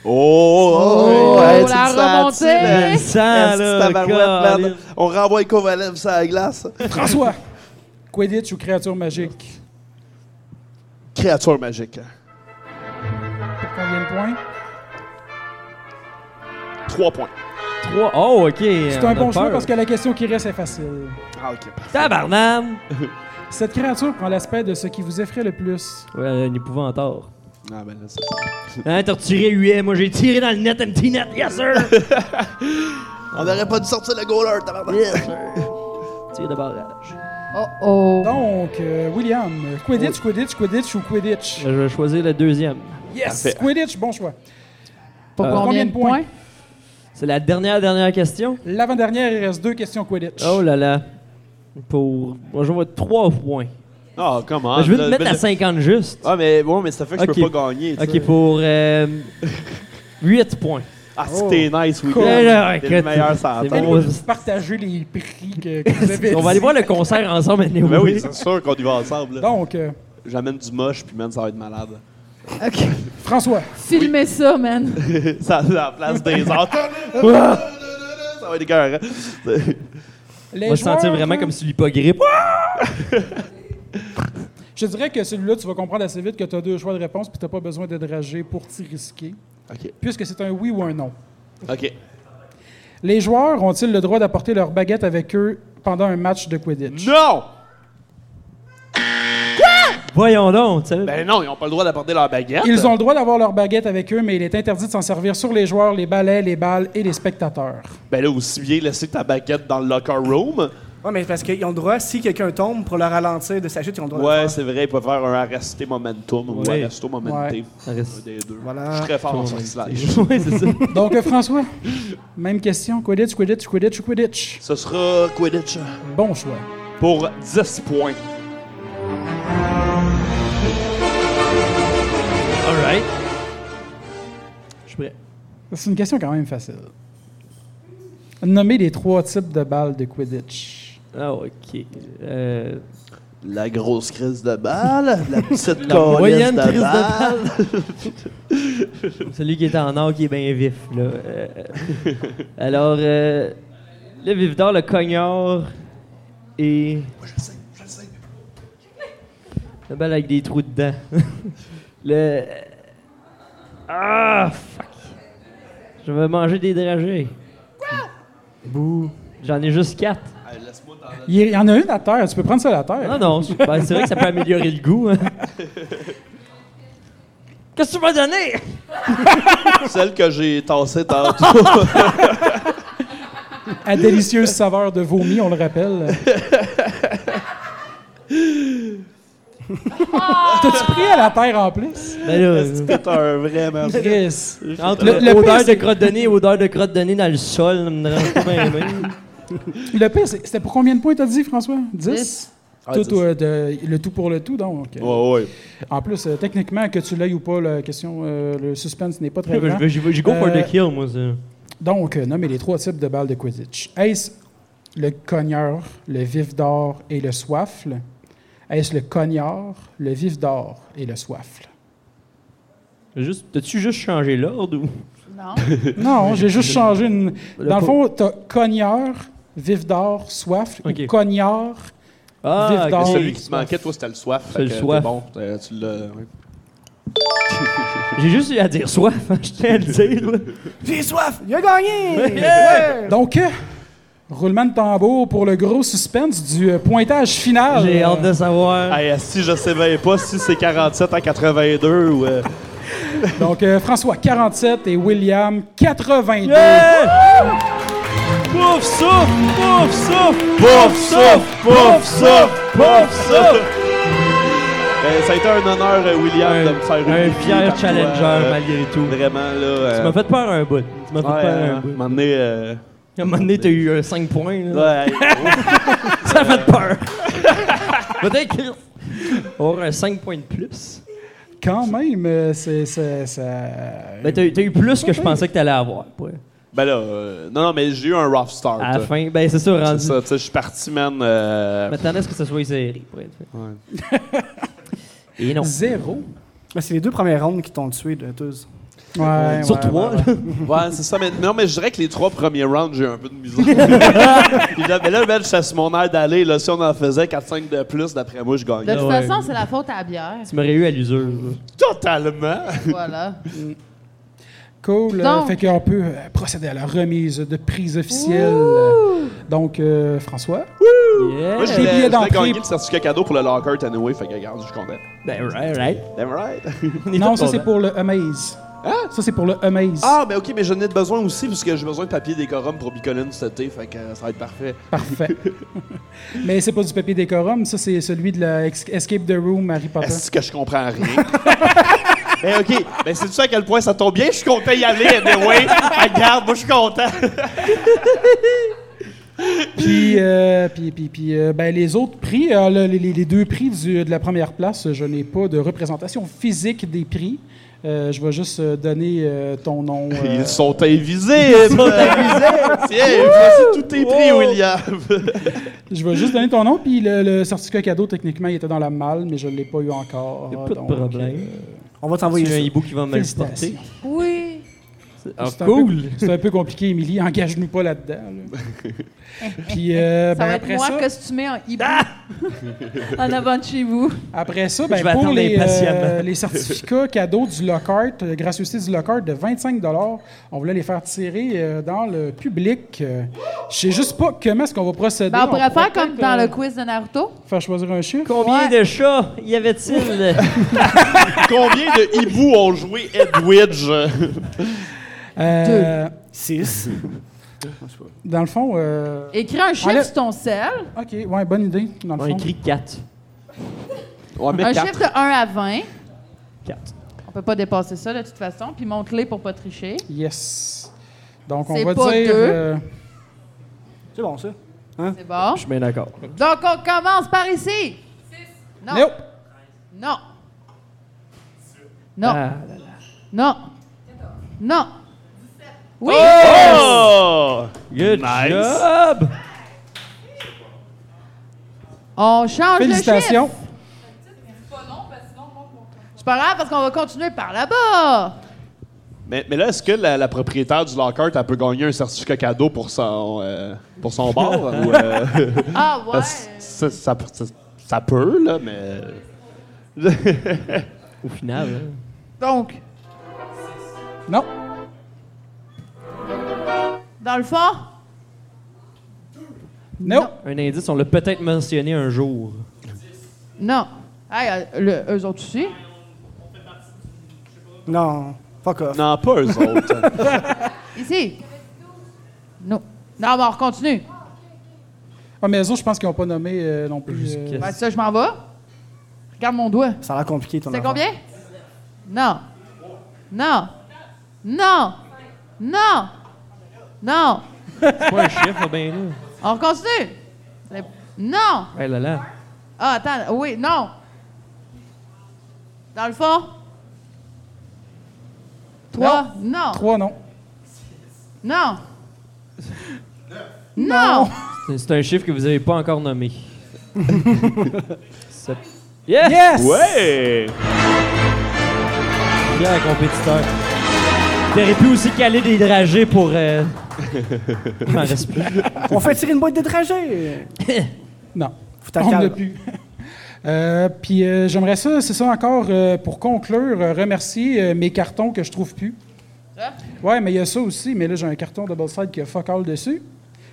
Oh, oh,
Oh,
hey, tu
la
me sens-tu,
remontée!
man?
Le sang, là,
Est-ce que tabarouette, man?
câlisse.
On renvoie Kovalev sur la glace.
François, Quidditch ou créature magique?
Créature magique.
Pour combien de points?
Trois points.
3. Oh, ok.
C'est un bon choix parce que la question qui reste est facile.
Ah, ok.
Tabarnam!
Cette créature prend l'aspect de ce qui vous effraie le plus.
Ouais, un épouvantard.
Ah, ben là, c'est ça.
Hein, t'as retiré huet, moi j'ai tiré dans le net, un petit net,
[laughs]
yes sir!
On aurait pas dû sortir le goaler, tabarnak.
Tir de barrage.
Oh oh.
Donc, euh, William,
Oh.
Quidditch, Quidditch, Quidditch ou Quidditch?
Je vais choisir le deuxième.
Yes!
Parfait.
Quidditch, bon choix.
Pour
Euh,
combien de points?
C'est la dernière, dernière question.
L'avant-dernière, il reste deux questions Quidditch.
Oh là là. Pour. Moi, je vois 3 points.
Ah, comment?
je veux
là,
te mettre à
là-
50 juste.
Ah, mais bon, mais ça fait que je
Ok.
peux pas gagner. tu sais.
ok, pour. 8 points.
Ah, si t'es nice, oui.
Cool.
Eh là,
T'es le
écoute,
meilleur ça
c'est
Allez,
bon.
partagez les prix que, que vous avez.
oh, [laughs] On va aller voir le concert ensemble, anyway.
Ben
[laughs]
oui, c'est sûr qu'on y va ensemble. là.
Donc, euh,
J'amène du moche, puis man, ça va être malade. [laughs]
François,
Filmez ça, man.
ça à la place
[laughs]
des autres. ça va être écœurant. hein.
les
On va se sentir
joueurs,
vraiment
hein,
comme si l'hypogrippe.
Je dirais que celui-là, tu vas comprendre assez vite que tu as deux choix de réponse puis tu n'as pas besoin d'être dragé pour t'y risquer,
OK.
puisque c'est un oui ou un non.
OK.
Les joueurs ont-ils le droit d'apporter leur baguette avec eux pendant un match de Quidditch?
Non!
Voyons donc, tu sais.
Ben non, ils n'ont pas le droit d'apporter leur baguette.
Ils ont le droit d'avoir leur baguette avec eux, mais il est interdit de s'en servir sur les joueurs, les balais, les balles et les spectateurs.
Ben là, aussi bien laisser ta baguette dans le locker room.
Ouais, mais parce qu'ils ont le droit, si quelqu'un tombe, pour le ralentir de sa chute, ils ont le droit de
Ouais,
le faire.
c'est vrai, ils peuvent faire un arresté momentum ou
Ouais.
arresto momenté. Un
[laughs]
des deux. Je suis
Voilà.
très fort en sortilège.
Oui, c'est ça.
Donc, euh, François, même question. Quidditch, Quidditch, Quidditch, ou Quidditch.
Ce sera Quidditch
Bon choix.
pour 10 points.
Alright. Je suis prêt.
C'est une question quand même facile. Nommez les trois types de balles de Quidditch.
Ah, ok. Euh,
La grosse crise de balle, la petite
La
colisse
moyenne crise de
de balle.
[laughs] celui qui est en or qui est bien vif, là. Euh, alors, euh, le vif d'or, le cognard et. Moi, je le sais, je le sais. La balle avec des trous dedans. [laughs] le. Ah, fuck. Je vais manger des dragées. Quoi? Bouh. J'en ai juste quatre.
Il y en a une à terre. Tu peux prendre ça à la terre.
Non, non, c'est ben, c'est vrai que ça peut améliorer le goût. hein. Qu'est-ce que tu m'as donné?
Celle que j'ai tassée tantôt.
À délicieuse saveur de vomi, on le rappelle. T'as-tu pris à la terre en plus?
Ben là, euh,
C'est un
[laughs]
vrai man.
Chris.
entre
Le- le
odeur
pire,
de
c'est-
crotte de nez et odeur de crotte de nez dans le sol, ça me dérange pas
[laughs]
bien, bien.
Le pire, c'est- c'était pour combien de points t'as dit, François? 10?
Dix.
Ah,
Tout,
dix.
euh, de- le tout pour le tout, donc. euh,
Ouais, ouais.
En plus, euh, techniquement, que tu l'aies ou pas, la question, euh, le suspense n'est pas
[laughs]
très grand.
Je vais- je go for
Euh,
the kill, moi, ça.
Donc, euh, nommez les trois types de balles de Quidditch. Est-ce le cogneur, le vif d'or et le soifle? Est-ce le cognard, le vif d'or et le soifle?
Juste, T'as-tu juste changé l'ordre ou.
Non.
Non, j'ai juste changé une.
Le
Dans le
pot-
fond, t'as cogneur, vif d'or, soifle,
Ok.
ou cognard. Vif
ok.
d'or.
Celui qui te manquait, toi, c'était le soif.
C'est le
Fait que
soif.
t'es Bon, Euh, tu l'as. ouais.
J'ai juste eu à dire soif, hein, je tiens à le
[laughs]
dire. là.
J'ai soif! Il a gagné! Ouais.
Donc, euh, roulement de tambour pour le gros suspense du euh, pointage final.
J'ai
Euh,
hâte de savoir.
Hey, si je sais bien pas si c'est 47 à 82 ou. euh,
Donc, euh, François 47 et William 82.
Pouf, souffle, pouf, souffle.
Pouf, souffle, pouf, souffle, pouf, souffle! Euh, ça a été un honneur, euh, William, de me faire
un
humilier par
fier
toi,
challenger,
euh,
malgré tout.
Vraiment, là. euh,
Tu m'as fait peur un bout. Tu m'as fait
ouais,
peur
euh,
un bout.
m'en est, euh,
À un moment donné, t'as eu 5 points. là.
là, hey,
Ça fait peur. Peut-être qu'il va avoir un 5 points de plus.
Quand même, euh, c'est. c'est- euh, ça-
Ben, t'as, eu- t'as eu plus que je pensais que t'allais avoir. ouais.
ben là, euh, non, non, mais j'ai eu un rough start.
À la
euh,
fin, ben c'est sûr,
C'est
rendu.
ça, tu sais, je suis parti, man. euh,
Maintenant, est-ce que ça soit serré? pour être fait? [laughs] Et non.
Zéro.
Mais c'est les deux premières rondes qui t'ont tué de tous.
Ouais,
Sur
ouais,
toi,
ouais, ouais.
là.
ouais, c'est ça, mais non, mais je dirais que les trois premiers rounds, j'ai eu un peu de misère. Puis là, mais là, man, j'étais sur mon air d'aller, là, si on en faisait 4-5 de plus, d'après moi, je
De
gagnais.
toute
ouais.
façon, c'est la faute à la bière.
Tu m'aurais eu à l'usure. là.
Totalement!
Voilà.
Cool. euh,
Donc-
fait qu'on peut euh, procéder à la remise de prise officielle. Donc, euh, François,
Yeah.
Moi, je
Des
voulais,
billets
je voulais
d'entrée.
gagner le certificat cadeau pour le Lockhart anyway, fait que regarde, je suis content.
Ben, right, right.
Damn right!
On est
non,
tous
ça c'est
contents.
pour le Amaze.
Hein?
Ça c'est pour le Amaze.
Ah, mais ok, mais j'en ai besoin aussi, parce que j'ai besoin de papier décorum pour Bicolin cet été, fait que euh, ça va être parfait.
Parfait. [laughs] Mais c'est pas du papier décorum, ça c'est celui de la Ex- Escape the Room Harry Potter.
Est-ce que je comprends rien? [laughs] Eh, ok, ben c'est ça à quel point ça tombe bien, je suis content y aller, mais oui, regarde, moi je suis content!
Puis, euh, puis, puis, puis, euh, ben, les autres prix, euh, le- les, les- les deux prix du- de la première place, je n'ai pas de représentation physique des prix. Euh, je vais juste euh, donner euh, ton nom. euh,
Ils sont invisibles! Ils sont invisibles! Tiens, voici tous tes prix, William!
Je vais juste donner ton nom, puis le, le certificat cadeau, techniquement, il était dans la malle, mais je ne l'ai pas eu encore. Ah,
Y a pas de
donc, euh,
problème.
On va
Tu as un
t'envoyer ça.
hibou qui va me le porter.
Félicitations.
Oui.
Ah,
C'est un peu-
cool!
C'est un peu compliqué, Émilie. [laughs] Engage-nous pas là-dedans. là. puis, euh,
Ça
ben,
va être
après
moi
ça, Ah!
costumé en hibou. [laughs] en avant de chez vous.
Après ça, ben,
Je vais
pour
attendre
les, euh,
impatiemment.
les
[laughs]
certificats cadeaux du Lockhart, euh, gracieuseté du Lockhart de 25 on voulait les faire tirer euh, dans le public. Euh, je sais juste pas comment est-ce qu'on va procéder.
Ben, on pourrait
pourra
faire comme
peut-être,
dans
euh,
le quiz de Naruto.
Faire choisir un chiffre.
Combien
Ouais.
de chats y avait-il?
Combien de hiboux ont joué Edwidge?
Euh,
6.
dans le fond, euh,
Écris un chiffre
Enlève-
sur ton sel.
ok, ouais, bonne idée. Dans le
On
fond.
écrit 4.
Ouais, mais
Un
quatre.
chiffre de 1 à 20.
4.
On peut pas dépasser ça de toute façon. Puis montre-les pour pas tricher.
Yes. Donc on
C'est
va
pas
dire.
deux.
euh,
C'est bon, ça.
C'est bon.
Je suis bien d'accord.
Donc, on commence par ici. Non.
nope.
Non. Non.
Ah,
Non. Non. Oui. Ah!
Oh!
good
Nice.
job!
On change le chiffre.
Félicitations.
C'est pas grave parce qu'on va continuer par là-bas.
Hein?
Mais, mais là, est-ce que la, la propriétaire du Lockhart, elle peut gagner un certificat cadeau pour son, euh, pour son bar? ou, euh,
Ah ouais.
ça, ça- ça- ça peut, là, mais...
Au final, hein.
Donc,
Non.
dans le fond,
Nope.
un indice, on l'a peut-être mentionné un jour.
non. Hey, euh, le- eux autres aussi.
Non. Fuck
[laughs]
off.
Non, pas eux autres.
Ici. Non. Non, mais on continue.
Ah, mais les autres, je pense qu'ils n'ont pas nommé euh, non plus. euh,
Ben, ça, je m'en vais. Regarde mon doigt.
Ça a l'air compliqué, ton
C'est
affaire.
combien? Non. Non. Non. Non. Non.
C'est pas un chiffre, ben là.
On continue. C'est- Non.
Hey là là.
Ah, attends. Oui, non. Dans le fond. Trois. Non.
Trois non.
Non. Non.
C'est- C'est un chiffre que vous avez pas encore nommé. Sept. Yes!
Yes.
ouais!
Bien, compétiteur. T'aurais pu aussi caler des dragées pour. Euh... Il m'en reste plus.
On fait tirer une boîte de dragées.
Non.
Faut
On ne l'a
t'accalmer.
plus. [laughs] Euh, puis euh, j'aimerais ça, c'est ça encore, euh, pour conclure, euh, remercier euh, mes cartons que je trouve plus.
Ça?
Ouais, mais il y a ça aussi, mais là j'ai un carton double side qui a fuck all dessus.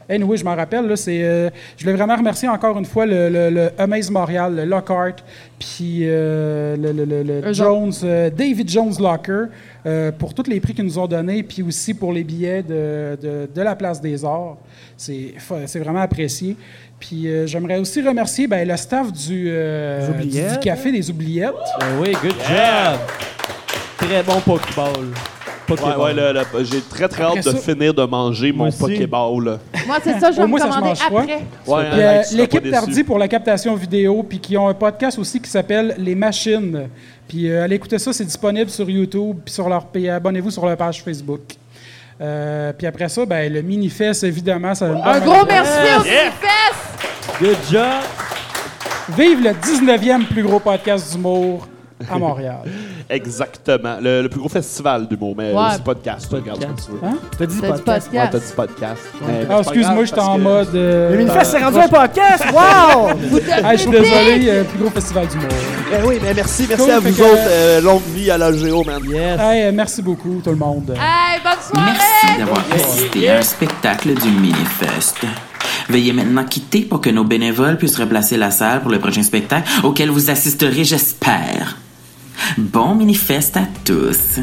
Anyway, je m'en rappelle, là, c'est, euh, je voulais vraiment remercier encore une fois le, le, le Amaze Montréal, le Lockhart, puis euh, le, le- le- le
Eux
Jones, euh, David Jones Locker, euh, pour tous les prix qu'ils nous ont donnés, puis aussi pour les billets de, de- de la Place des Arts. C'est, fa- c'est vraiment apprécié. Puis euh, j'aimerais aussi remercier ben, le staff du, euh,
Les
du-
Oubliettes.
du Café des Oubliettes.
Ben oui, good job! Très bon Pokéball. Pokéball.
Ouais, ouais, là, là, j'ai très, très hâte
Après
de
ça-
finir de manger mon
Moi aussi.
Pokéball, là.
Moi, c'est ça,
Au
je vais me
moins, ça se
commander
mange froid.
après.
Ouais,
Puis, euh,
Alex, tu seras pas
L'équipe
déçu.
Tardy pour la captation vidéo, puis qui ont un podcast aussi qui s'appelle Les Machines. Puis euh, allez écouter ça, c'est disponible sur YouTube, puis sur leur puis abonnez-vous sur leur page Facebook. Euh, puis après ça, ben, le mini-fest, évidemment. Ça va nous
Un
permettre
gros
de-
merci aux
Yeah.
fesses.
Good
[laughs]
job!
Vive le 19e plus gros podcast d'humour à Montréal.
Exactement. Le, le plus gros festival d'humour, mais
Ouais.
c'est podcast, regarde ce que tu veux.
Hein?
T'as dit
T'as du
podcast.
Ouais, t'as
podcast.
dit podcast.
Ah, excuse-moi, j'étais en mode. euh,
Le Minifest s'est rendu
Ah,
un podcast! Wow!
ah, je suis désolé, euh, plus gros festival du monde.
Eh oui, mais merci, merci
Cool,
à
fait
vous
que-
autres. euh, longue vie à la Géo, man.
Yes.
Hey, euh, merci beaucoup, tout le monde.
Hey, bonne soirée!
Merci d'avoir assisté à un spectacle du Minifest. Veuillez maintenant quitter pour que nos bénévoles puissent replacer la salle pour le prochain spectacle auquel vous assisterez, j'espère. Bon Minifest à tous.